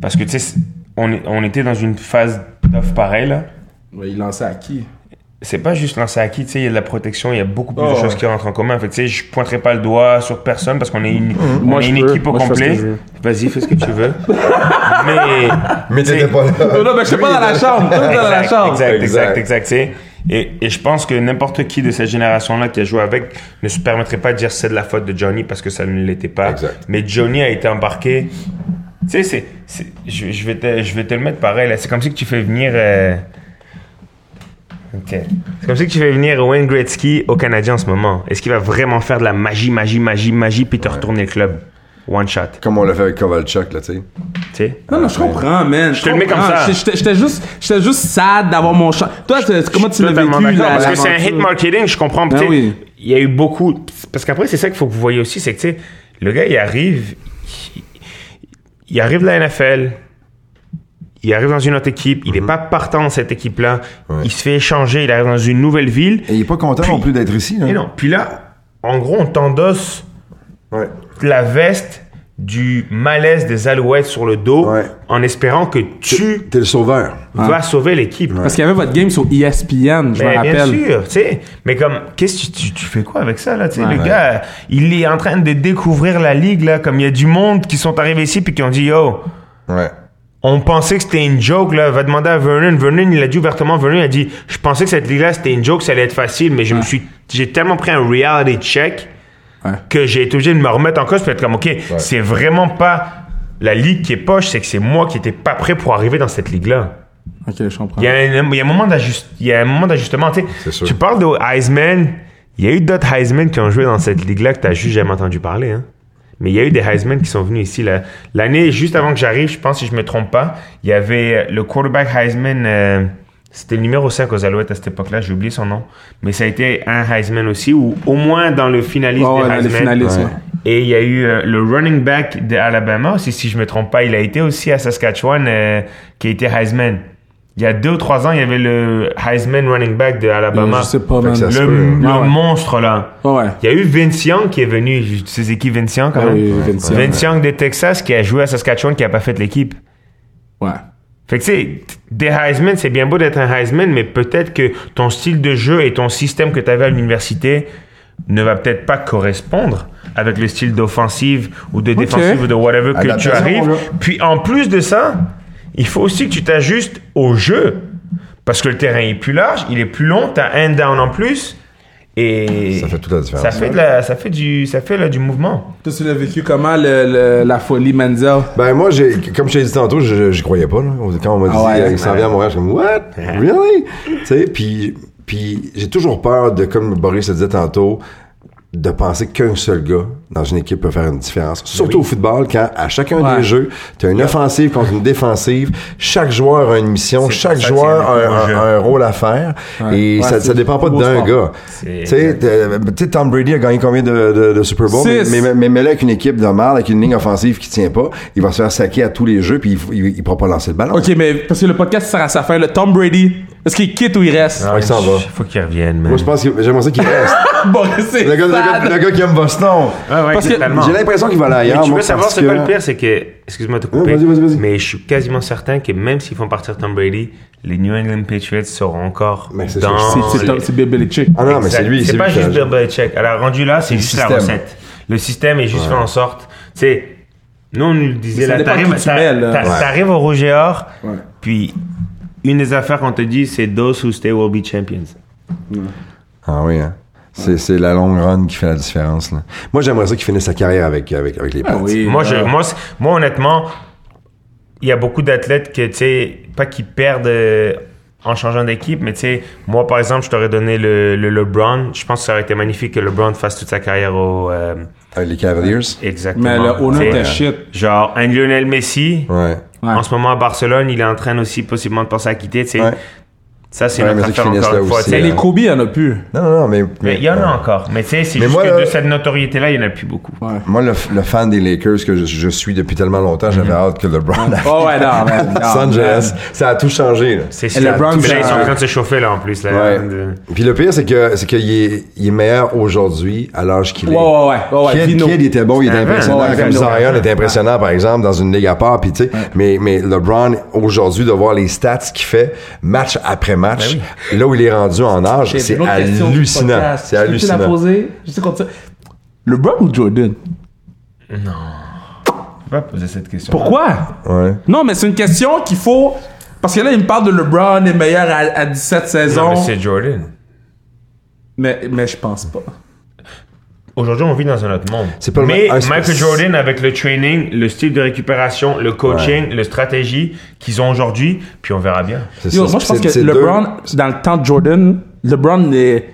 D: Parce que tu sais, c'est- on, est- on était dans une phase d'off pareil là.
A: Ouais, il lançait à qui?
D: C'est pas juste lancer à qui, tu sais, il y a de la protection, il y a beaucoup plus
A: Oh,
D: de choses
A: ouais.
D: qui rentrent en commun. Fait que, tu sais, je pointerai pas le doigt sur personne parce qu'on est une, on
A: Moi,
D: est
A: je
D: une
A: peux.
D: équipe au
A: Moi, je fais ce que
D: complet.
A: je veux.
D: Vas-y, fais ce que tu veux. Mais.
B: Mais
D: tu sais,
B: t'étais pas là.
A: Non, Euh, non, mais je suis pas dans la chambre. Toi, t'es dans la
D: Exact,
A: chambre.
D: Exact, exact,
B: Exact.
D: exact. tu sais. Et, et je pense que n'importe qui de cette génération-là qui a joué avec ne se permettrait pas de dire c'est de la faute de Johnny parce que ça ne l'était pas.
B: Exact.
D: Mais Johnny a été embarqué. Tu sais, c'est, c'est- je, je vais te, je vais te le mettre pareil. Là. C'est comme si que tu fais venir. euh, ok. C'est comme si que tu fais venir Wayne Gretzky au Canadien en ce moment. Est-ce qu'il va vraiment faire de la magie, magie, magie, magie, puis te retourner le club One shot.
B: Comme on l'a fait avec Kovalchuk, là, tu sais.
D: Tu sais
A: Non, non, je comprends, man. Je
D: te le mets comme
A: comprends.
D: ça.
A: J'étais j'étais juste, j'étais juste sad d'avoir mon chat. Toi, t'es- comment tu l'as vécu,
D: Totalement d'accord,
A: la-
D: Parce que c'est un
A: l'aventure?
D: hit marketing, je comprends.
A: Ben
D: tu sais,
A: oui.
D: Il y a eu beaucoup. Parce qu'après, c'est ça qu'il faut que vous voyez aussi, c'est que tu sais, le gars, il arrive. il- Il arrive de la NFL. il arrive dans une autre équipe, il n'est
B: Mm-hmm.
D: pas partant dans cette équipe-là, il se fait échanger, il arrive dans une nouvelle ville.
B: Et il est pas hein. content
D: Puis-
B: non plus d'être ici. là.
D: Et non, puis là, en gros, on t'endosse
B: Ouais.
D: la veste du malaise des Alouettes sur le dos
B: Ouais.
D: en espérant que tu
B: T'es le sauveur.
D: vas sauver l'équipe.
A: Parce qu'il y avait votre game sur E ESPN, je me
D: Mais bien
A: rappelle.
D: sûr, tu sais. Mais comme, qu'est-ce que tu, tu fais quoi avec ça, là, tu sais,
A: Ouais,
D: le
A: ouais.
D: gars, il est en train de découvrir la ligue, là, comme il y a du monde qui sont arrivés ici puis qui ont dit, yo,
B: Ouais.
D: on pensait que c'était une joke, là, va demander à Vernon. Vernon, il l'a dit ouvertement, Vernon, il a dit, je pensais que cette ligue-là, c'était une joke, ça allait être facile, mais je me suis, j'ai tellement pris un reality check
A: Ouais.
D: que j'ai été obligé de me remettre en cause puis être comme, ok, c'est vraiment pas la ligue qui est poche, c'est que c'est moi qui n'étais pas prêt pour arriver dans cette ligue-là.
A: Ok, je comprends.
D: Il y, a un- il y a un moment d'ajust- il y a un moment d'ajustement. tu sais.
B: sûr.
D: Tu parles de Heisman. Il y a eu d'autres Heisman qui ont joué dans cette ligue-là que tu n'as juste jamais entendu parler. hein. Mais il y a eu des Heisman qui sont venus ici. là. L'année juste avant que j'arrive, je pense, si je me trompe pas, il y avait euh, le quarterback Heisman. euh, c'était le numéro 5 aux Alouettes à cette époque-là. J'ai oublié son nom. Mais ça a été un Heisman aussi, ou au moins dans le finaliste
A: Oh,
D: des
A: ouais, dans les
D: Heisman.
A: finalistes,
B: Ouais.
A: ouais.
D: Et il y a eu euh, le running back de Alabama aussi, si je me trompe pas. Il a été aussi à Saskatchewan, euh, qui a été Heisman. Il y a deux ou trois ans, il y avait le Heisman running back de Alabama.
A: Euh, Je sais pas,
B: Fait que
A: man.
B: ça se-
D: Le,
B: peut,
D: le
A: hein. Ah ouais. Ah
D: monstre, là.
A: Ouais, ouais.
D: Il y a eu Vince Young qui est venu. Tu sais, c'est qui Vince Young, quand
A: Ah
D: même?
A: oui, Vince Young,
D: Vince Young de Texas qui a joué à Saskatchewan, qui a pas fait l'équipe.
A: Ouais.
D: Fait que tu sais, des Heisman, c'est bien beau d'être un Heisman, mais peut-être que ton style de jeu et ton système que tu avais à l'université ne va peut-être pas correspondre avec le style d'offensive ou de défensive ou de whatever que
B: Adaptation,
D: tu arrives.
B: là.
D: Puis en plus de ça, il faut aussi que tu t'ajustes au jeu. Parce que le terrain est plus large, il est plus long, tu as un down en plus. Et
B: Ça fait toute la différence.
D: ça fait, de la- ça fait du, ça fait, là, du mouvement.
A: Toi, tu l'as vécu comment, le, le- la folie Manziel?
B: Ben moi, j'ai, comme je t'ai dit tantôt, je- j'y croyais pas. Là. Quand on m'a dit
A: Ah ouais,
B: euh, il s'en
A: ouais.
B: vient à Montréal, je suis comme What? Really? tu sais, puis, puis j'ai toujours peur de, comme Boris le disait tantôt, de penser qu'un seul gars dans une équipe peut faire une différence. Surtout au football, quand à chacun
A: Ben Ouais.
B: des jeux, tu as une offensive contre une défensive, chaque joueur a une mission,
D: C'est
B: chaque
D: pour ça qu'il y a
B: joueur a
D: beaucoup de
B: un,
D: jeux.
B: un rôle à faire, et
A: Ouais,
B: ça,
A: c'est
B: ça dépend pas
A: beau
B: d'un
A: sport.
B: gars.
D: C'est-
B: Tu sais, t'as- tu sais, Tom Brady a gagné combien de, de- de Super Bowl?
A: Six.
B: Mais, mais- mais mets-le avec une équipe de mal, avec une ligne offensive qui tient pas, il va se faire saquer à tous les jeux puis il, il, il pourra pas lancer le ballon.
A: Ok, mais parce que le podcast sert à sa fin. Le Tom Brady, est-ce qu'il quitte ou il reste?
B: Ah, il s'en va.
D: Faut qu'il revienne, man.
B: Moi, je pense que j'aimerais ça qu'il reste.
A: Boris, c'est
B: Ah. le, gars, le gars-
A: sad.
B: le gars qui aime Boston.
D: Ah ouais,
A: Parce que-
D: totalement.
B: J'ai l'impression qu'il va aller ailleurs.
D: Mais tu
B: moi,
D: veux savoir,
B: parce
D: c'est
B: que-
D: quoi le pire, c'est que, excuse-moi de te
B: Ouais,
D: couper,
B: vas-y, vas-y, vas-y.
D: mais je suis quasiment certain que même s'ils font partir Tom Brady, les New England Patriots seront encore
B: Mais c'est
D: dans...
B: sûr.
A: C'est- C'est Tom- c'est Bill Belichick.
B: Ah non, mais c'est lui.
D: C'est
B: lui
D: pas
B: qui a-
D: juste Bill Belichick. Alors rendu là, c'est
B: le
D: juste
B: système.
D: la recette. Le système est juste fait en sorte, tu sais, nous on nous le disait,
A: Mais ça
D: là,
A: dépend
D: t'arrives
A: qui tu
D: t'a-
A: mêles, là.
D: t'a-
B: Ouais.
D: t'arrives au Rouge et Or,
A: Ouais.
D: puis une des affaires qu'on te dit, c'est those who stay will be champions.
B: Ah oui, hein. C'est, c'est la longue run qui fait la différence. Là. Ah Moi, j'aimerais ça qu'il finisse sa carrière avec, avec, avec les Pats.
A: Ah oui.
D: Moi, je, moi, c'est- moi, honnêtement, il y a beaucoup d'athlètes que, tu sais, pas qui perdent euh, en changeant d'équipe, mais tu sais, moi, par exemple, je t'aurais donné le, le LeBron. Je pense que ça aurait été magnifique que LeBron fasse toute sa carrière au. euh,
B: Avec les Cavaliers.
D: exactement.
A: Mais le owner
D: Tu sais,
A: était shit.
D: Genre, un Lionel Messi.
B: Ouais.
A: Ouais.
D: En ce moment, à Barcelone, il est en train aussi possiblement de penser à quitter, tu sais.
B: Ouais.
D: Ça, c'est
B: Ouais,
D: notre
B: mais ça,
D: affaire
B: qu'ils finissent
D: encore
B: là
D: une fois.
B: aussi,
D: tu sais.
A: Mais les Kobe, il y en a plus.
B: Non, non, non, mais.
D: Mais il y en
B: Ouais.
D: a encore. Mais tu sais, c'est
B: Mais
D: juste
B: moi,
D: que
B: là-
D: de cette notoriété-là, il n'y en a plus beaucoup.
A: Ouais.
B: Moi, le, le fan des Lakers que je, je suis depuis tellement longtemps, j'avais hâte que LeBron arrive
A: Mhm. Oh ouais, non,
B: à
A: man, non,
B: Los Angeles. Ça a tout changé. là.
D: C'est
A: Et
D: sûr.
A: LeBron,
D: Mais là, ils sont
A: ça-
D: en train de se chauffer, là, en plus. Là,
B: Ouais.
D: De-
B: Puis le pire, c'est que c'est qu'il est, il est meilleur aujourd'hui à l'âge qu'il est.
A: Ouais, ouais, ouais. ouais, ouais,
B: Kid,
A: Vino.
B: Kid était bon, il était
D: Ouais,
B: impressionnant.
A: ouais,
B: comme
A: Vino.
B: Zion était impressionnant, par exemple, dans une ligue à part. Puis, tu sais, mais, mais LeBron, aujourd'hui, de voir les stats qu'il fait, match après
A: Ben
B: match, là où il est rendu en âge, c'est hallucinant. C'est hallucinant.
A: Je sais qu'on Le Brown ou Jordan?
D: Faut pas poser cette question.
A: Pourquoi?
B: Ouais.
A: Non, mais c'est une question qu'il faut. Parce que là, il me parle de LeBron est meilleur à, à 17 saisons.
D: Non, mais c'est Jordan.
A: mais, mais je pense pas.
D: Aujourd'hui, on vit dans un autre monde.
B: C'est pas le
D: mais
B: ma- ah, c'est pas-
D: Michael Jordan, avec le training, le style de récupération, le coaching, le stratégie qu'ils ont aujourd'hui, puis on verra bien.
B: C'est
A: Yo,
B: ça.
A: moi, je pense
B: C'est-
A: que
B: c'est deux-
A: LeBron, dans le temps de Jordan, LeBron, est-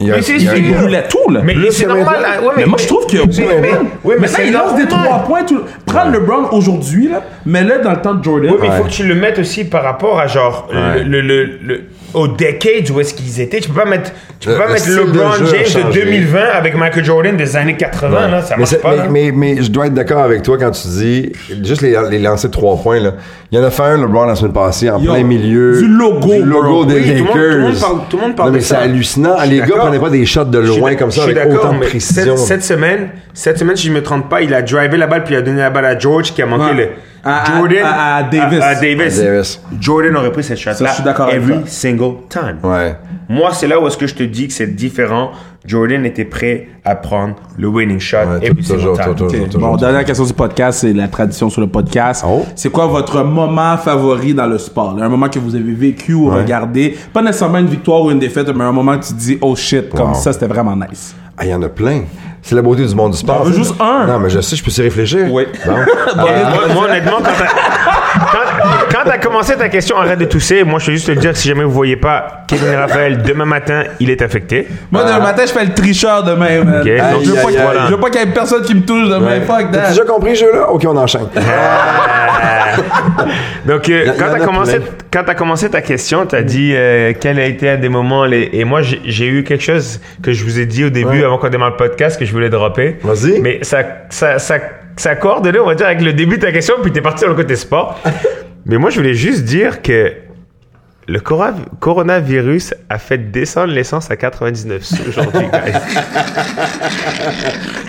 B: il y a-
D: Mais c'est-
B: il y a-
D: c'est-
A: il roulait tout, là.
D: Mais
B: Plus
D: c'est
B: que
D: normal.
B: maintenant.
D: hein, ouais,
A: mais moi, je trouve que.
B: mais- mais-
A: Maintenant,
D: oui, mais c'est
A: il lance des
D: normal.
A: trois points. Tout... Prendre LeBron aujourd'hui, là, mais là, dans le temps de Jordan.
D: Oui, mais il faut
B: Ouais.
D: que tu le mettes aussi par rapport à genre le-
B: Ouais.
D: le, le- le- aux decades où est-ce qu'ils étaient. Tu peux pas mettre, tu peux
B: Le-
D: pas
B: le
D: mettre
B: style de
D: LeBron
B: jeu a
D: James de
B: changé.
D: 2020 avec Michael Jordan des années 80, là, Ah, ça
B: mais,
D: marche
B: c'est-
D: pas.
B: mais,
D: là.
B: mais- mais je dois être d'accord avec toi quand tu dis juste les, les lancers de trois points. Là. Il y en a fait un, LeBron, la semaine passée, en
A: Yo,
B: plein milieu.
A: du logo,
B: Du logo
A: bro.
B: des
A: Oui,
D: tout le
B: Lakers.
D: monde- tout le monde parle- tout le monde parle
B: Non, mais
D: de
B: c'est
D: ça.
B: hallucinant.
D: Je suis
B: Les gars
D: d'accord.
B: prenaient pas des shots de
D: Je suis
B: loin
D: d'ac-
B: comme ça
D: je suis
B: avec
D: d'accord,
B: autant de
D: mais
B: précision.
D: Cette, cette semaine, cette semaine, si je me trompe pas, il a drivé la balle puis il a donné la balle à George qui a manqué
A: Ouais.
D: le.
A: À- à- à- à Davis.
D: À, à Davis.
B: À Davis.
D: Jordan aurait pris cette shot
A: Ça,
D: là
A: je suis d'accord avec
D: every
A: toi.
D: single time.
B: Ouais.
D: Moi, c'est là où est-ce que je te dis que c'est différent. Jordan était prêt à prendre le winning shot
B: Ouais,
D: every single
B: toujours,
D: time.
B: toujours,
A: Ok,
B: toujours,
A: Bon,
B: toujours.
A: dernière question du podcast, c'est la tradition sur le podcast.
B: Oh.
A: C'est quoi votre moment favori dans le sport? là? Un moment que vous avez vécu ou regardé. Pas nécessairement une victoire ou une défaite, mais un moment que tu te dis, oh shit, comme
B: Wow.
A: ça, c'était vraiment nice.
B: Ah, il y en a plein. C'est la beauté du monde du sport.
A: J'en veux juste un.
B: Non, mais je sais, je peux s'y réfléchir.
A: Oui.
B: Bon.
D: Euh, moi, moi, honnêtement, quand t'as, quand, quand t'as commencé ta question, arrête de tousser. Moi, je veux juste te dire, si jamais vous voyez pas Kevin Raphaël demain matin, il est affecté.
A: Moi, demain matin, je fais le tricheur demain, man.
D: euh, Ok,
A: Hey,
D: donc,
A: je, veux
B: aïe,
A: pas qu'il-
B: aïe, aïe.
A: je veux pas qu'il y ait personne qui me touche demain. Fuck
B: T'as
A: that.
B: déjà compris le jeu-là? OK, on enchaîne.
D: Ah. Donc, euh,
B: Y a-
D: quand
B: y en
D: t'as
B: a
D: commencé,
B: plein.
D: quand t'as commencé ta question, t'as dit euh, quel a été un des moments. les- et moi, j'ai, j'ai eu quelque chose que je vous ai dit au début, avant qu'on démarre le podcast, que je voulais dropper.
B: Vas-y.
D: Mais ça, ça, ça, ça a coordonné, on va dire, avec le début de ta question, puis t'es parti dans le côté sport. Mais moi, je voulais juste dire que le cora- coronavirus a fait descendre l'essence à 99 sous aujourd'hui. guys.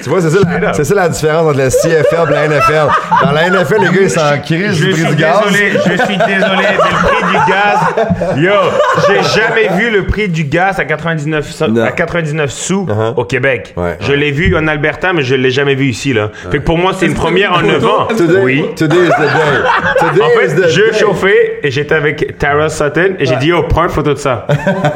B: Tu vois, c'est ça, la, c'est ça la différence entre la CFL et la NFL. Dans la NFL, les gars, ils s'en crise
D: Je
B: du
D: suis
B: prix du
D: désolé,
B: gaz.
D: je suis désolé, mais le prix du gaz, yo, j'ai jamais vu le prix du gaz à 99, so-
B: Non.
D: à 99 sous
B: Uh-huh.
D: au Québec.
B: Ouais.
D: Je l'ai vu en Alberta, mais je l'ai jamais vu ici, là. Fait que pour moi, c'est une première en 9 ans.
B: Today,
D: Oui.
B: today is the day. Today
D: En
B: is
D: fait,
B: the
D: je
B: day.
D: chauffais et j'étais avec Tara Sutton et j'ai dit, yo, prends une photo de ça.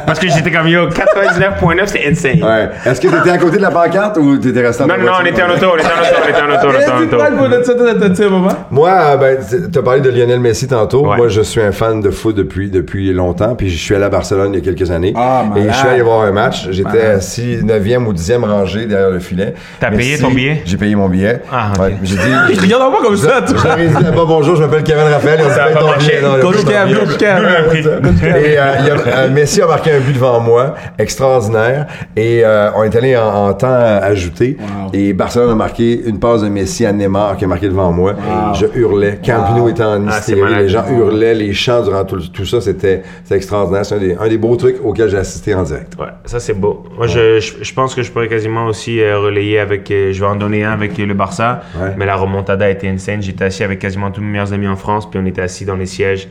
D: Parce que j'étais comme, yo, 99.9, c'est insane.
B: Ouais. Est-ce que t'étais à côté de la pancarte ou t'étais resté en
D: Non, non, non, on était en auto, on était en auto, on était en auto, on
A: Eh,
D: était en
A: dis-moi,
D: auto.
A: vous êtes- vous êtes- vous êtes- un moment?
B: Moi, euh, ben, t- t'as parlé de Lionel Messi tantôt.
D: Ouais.
B: Moi, je suis un fan de foot depuis, depuis longtemps. Puis je suis allé à Barcelone il y a quelques années.
A: Ah, malade.
B: et je suis allé voir un match. J'étais assis 9e ou 10e rangé derrière le filet.
D: T'as payé ton billet?
B: J'ai payé mon billet.
D: Ah, ok.
B: Ouais, J'ai dit.
A: Il regarde pas comme ça, toi.
B: J'avais dit là-bas, bonjour, je m'appelle Kevin Raphaël. Ils ont dit,
D: Ça a
B: paye
D: pas
B: ton
D: marché.
B: billet. Non, il a
A: Coach
B: pas de
A: Kev,
B: billet.
A: coach Kev.
B: Et euh, il y a- euh, Messi a marqué un but devant moi, extraordinaire. Et euh, on est allé en, en temps ajouté.
A: Wow.
B: Et Barcelone a marqué une passe de Messi à Neymar qui a marqué devant moi. Et je hurlais. Camp Nou était en
D: Ah, c'est
B: hystérie.
D: malade.
B: les gens hurlaient, les chants durant tout, le- tout ça, c'était c'était extraordinaire. C'est un des, un des beaux trucs auxquels j'ai assisté en direct.
D: Ouais, ça c'est beau. Moi, je, je, je pense que je pourrais quasiment aussi euh, relayer avec. euh, je vais en donner un avec euh, le Barça.
B: Ouais.
D: Mais la remontada a été insane. J'étais assis avec quasiment tous mes meilleurs amis en France, puis on était assis dans les sièges.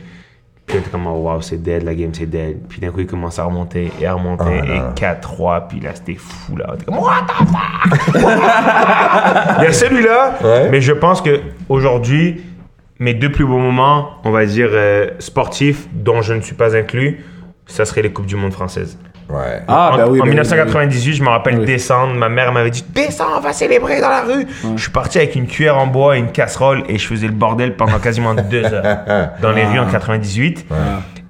D: Puis on était comme, oh, wow, c'est dead, la game c'est dead. Puis d'un coup, il commence à remonter et à remonter.
B: Oh,
D: et 4-3, puis là, c'était fou là. On était comme, what the fuck? Il y a celui-là,
B: Ouais.
D: mais je pense que aujourd'hui mes deux plus beaux moments, on va dire euh, sportifs, dont je ne suis pas inclus, ça serait les Coupes du Monde françaises
B: Ouais.
A: Ah,
D: en,
A: ben oui.
D: en
A: ben oui, Ah
D: 1998, je me rappelle
A: Oui.
D: descendre. Ma mère m'avait dit Descends, on va célébrer dans la rue. Je suis parti avec une cuillère en bois et une casserole et je faisais le bordel pendant quasiment deux heures dans les
A: Ah.
D: rues en 98.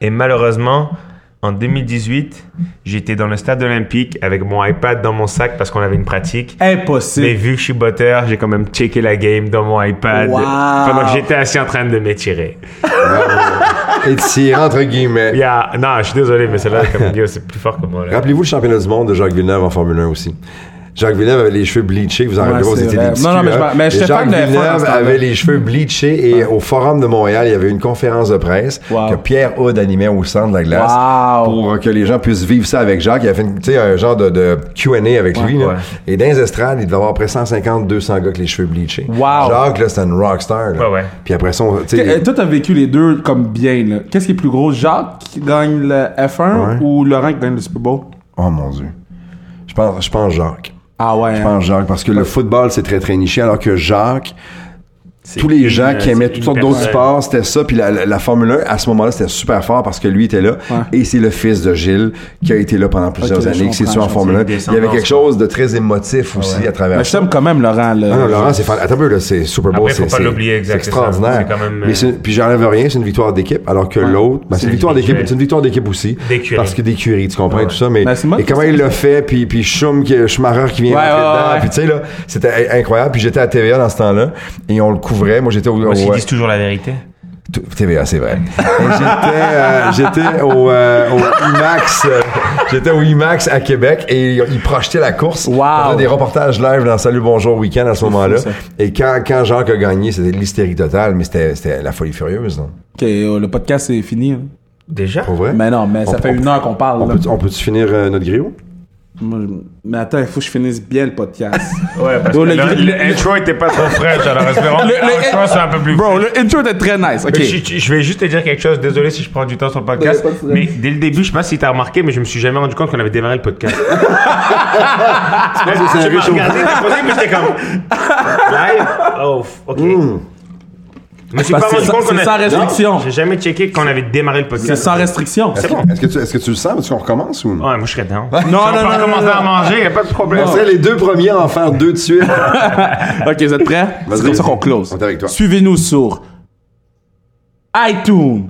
D: Et malheureusement, en 2018, j'étais dans le stade olympique avec mon iPad dans mon sac parce qu'on avait une pratique.
A: ben oui. Impossible.
D: Mais vu que je suis botteur, j'ai quand même checké la game dans mon iPad
A: Wow.
D: pendant que j'étais assis en train de m'étirer.
B: Et tiré, entre guillemets.
D: Yeah, non, je suis désolé, mais celle-là, comme yo, c'est plus fort que moi. là.
B: Rappelez-vous le championnat du monde de Jacques Villeneuve en Formule 1 aussi. Jacques Villeneuve avait les cheveux bleachés, vous en
A: Ouais,
B: rappelez
A: c'est
B: c'était des
A: vrai.
B: petits
A: Non, non,
B: culs,
A: mais je
B: hein.
A: m'en- mais
B: Et
A: j'étais fan
B: Jacques
A: de F1 dans
B: Villeneuve
A: ce temps-là.
B: avait les cheveux bleachés et au Forum de Montréal, il y avait une conférence de presse
A: Wow.
B: que Pierre Houd animait au centre de la glace
A: Wow.
B: pour que les gens puissent vivre ça avec Jacques. Il a fait une- tu sais, un genre de, de Q&A avec lui. là.
D: ouais.
B: Et dans les estrades, il devait avoir près 150, 200 gars avec les cheveux bleachés.
A: Wow.
B: Jacques, là, c'était une rockstar. là.
D: Ouais, ouais.
B: Puis après ça, on- tu sais,
A: Que- euh, Toi, t'as vécu les deux comme bien, là. Qu'est-ce qui est plus gros, Jacques qui gagne le F1
B: Ouais.
A: ou Laurent qui gagne le Super Bowl?
B: oh mon Dieu. Je pense, je pense Jacques.
A: Ah ouais.
B: Je pense Jacques, parce que le football, c'est très, très niché, alors que Jacques, tous les
D: une- euh,
B: gens qui
D: c'est
B: aimaient
D: une
B: toutes sortes d'autres
D: personne.
B: sports, c'était ça. Puis la, la- la Formule 1, à ce moment-là, c'était super fort parce que lui était là. Et c'est le fils de Gilles qui a été là pendant plusieurs
A: je
B: années, qui s'est
A: comprends,
B: tué en
A: je
B: Formule 1.
D: comprends.
B: Il y avait quelque chose de très
D: Ah
B: émotif aussi à travers
A: Mais Ben, je
B: ça.
A: t'aime quand même, Ah Laurent. Là.
B: Non, non, Laurent, c'est fan- Attends un peu, là, c'est Super Bowl,
D: Après, faut
B: c'est
D: pas
B: c'est-
D: l'oublier, exact,
B: c'est
D: c'est ça.
B: extraordinaire.
D: C'est quand même, euh,
B: Mais c'est- puis j'enlève rien, c'est une victoire d'équipe, alors que l'autre, ben, c'est une victoire d'équipe,
D: individuel.
B: c'est une victoire d'équipe aussi,
D: D'écurie.
B: parce que d'écurie, tu comprends
D: Ouais.
B: tout ça, mais
A: Ben, c'est une bonne
B: et comment il
A: question.
B: l'a fait, puis puis Schum qui- Schumacher qui vient
A: Ouais,
B: rentrer
A: ouais,
B: dedans,
A: ouais.
B: puis tu sais là, c'était i- incroyable. Puis j'étais à TVA dans ce temps-là et on le couvrait. Moi, j'étais au,
D: Parce
B: au-
D: qu'ils
B: ouais.
D: disent toujours la vérité.
B: T- TVA, c'est vrai. Et j'étais, euh, j'étais au, euh, au IMAX. euh, j'étais au IMAX à Québec et ils projetaient la course.
A: Wow.
B: On faisait des reportages live dans Salut Bonjour Week-end à ce moment-là.
A: ça.
B: Et quand, quand Jacques a gagné, c'était de l'hystérie totale, mais c'était, c'était la folie furieuse, non?
A: Ok, euh, le podcast c'est fini. hein.
D: Déjà?
B: Pour vrai?
A: Mais non, mais ça
B: On-
A: fait
B: on-
A: une heure qu'on parle.
B: On
A: là.
B: peut, on peut-tu finir euh, notre griot?
A: Moi, je- Mais attends, il faut que je finisse bien le podcast.
D: Ouais, parce
A: Bro, Oh,
D: que
A: le-
D: le,
A: le-
D: le intro était pas trop fraîche, alors espérons.
A: Le- le-
D: je pense que c'est un peu plus
A: Bro, le intro était très nice. Ok.
D: Mais Je, je- je vais juste te dire quelque chose. Désolé si je prends du temps sur le
A: Mais y
D: podcast.
A: a pas de problème.
D: Mais dès le début, je sais pas si t'as remarqué, mais je me suis jamais rendu compte qu'on avait démarré le podcast.
B: Je pense que c'est un
D: Tu m'as
B: riche au-
D: regardé, t'as posé, mais j'étais comme. Live? Oh, f- ok. Je me suis
A: Mm. Parce
D: pas
A: que
D: rendu
A: c'est
D: compte
A: sans-
D: qu'on
A: c'est
D: a-
A: sans restriction.
D: J'ai jamais checké qu'on avait démarré le
A: C'est
D: podcast.
A: sans restriction.
B: Est-ce que- Est-ce que, tu, est-ce que tu le sens? Est-ce qu'on recommence ou?
D: Ouais, moi je serais dedans.
A: Non, non,
D: On peut
A: non, non,
D: recommencer
A: non,
D: à
A: non.
D: manger, y a pas de problème.
B: On serait les deux premiers à en faire deux de suite.
A: Ok, vous êtes prêts?
B: Vas-y,
A: C'est comme ça
B: vas-y.
A: qu'on close.
B: On est avec toi.
A: Suivez-nous sur iTunes,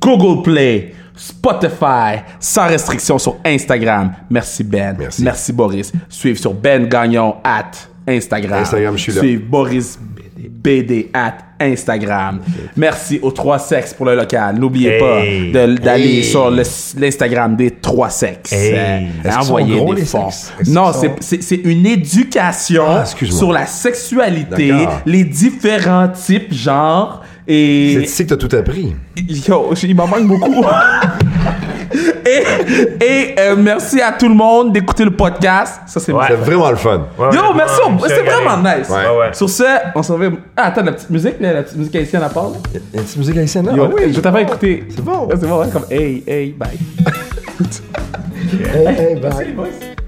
A: Google Play, Spotify, sans restriction sur Instagram. Merci Ben.
B: Merci.
A: Boris. Suivez sur Ben Gagnon at Instagram.
B: Instagram, je suis là.
A: Suivez Boris BD at Instagram. Merci aux trois sexes pour le local. N'oubliez
D: Hey.
A: pas de- d'aller
B: Hey.
A: sur le- l'Instagram des trois sexes.
D: Hey.
A: Euh,
B: Est-ce qu'ils
A: envoyez
B: sont gros,
A: des
B: les
A: fonds.
B: sexes? Est-ce
A: Non,
B: qu'ils
A: c'est
B: sont-
A: c'est c'est une éducation
B: Oh. Ah, excuse-moi.
A: sur la sexualité,
B: D'accord.
A: les différents types, genres
B: C'est
A: et
B: ici que t'as tout appris.
A: yo, il m'en manque beaucoup. et et euh, merci à tout le monde d'écouter le podcast. Ça c'est
D: Ouais.
B: C'était vraiment le fun.
A: Yo,
D: Ouais, honnêtement,
A: merci, on-
D: je
A: c'est
D: serais
A: vraiment
D: regardé.
A: nice.
B: Ouais.
D: Ouais, ouais.
A: Sur ce, on s'en va. Ah, attends, la petite musique, là, la petite musique haïtienne à part. là.
B: Y a une petite musique haïtienne, là?
A: Yo,
B: Ah oui,
A: je t'ai Ah, fait écouter.
B: C'est bon.
A: hein, Ouais, C'est bon, ouais, comme hey, hey, bye.
B: Hey, hey, bye.
A: Hey, boys.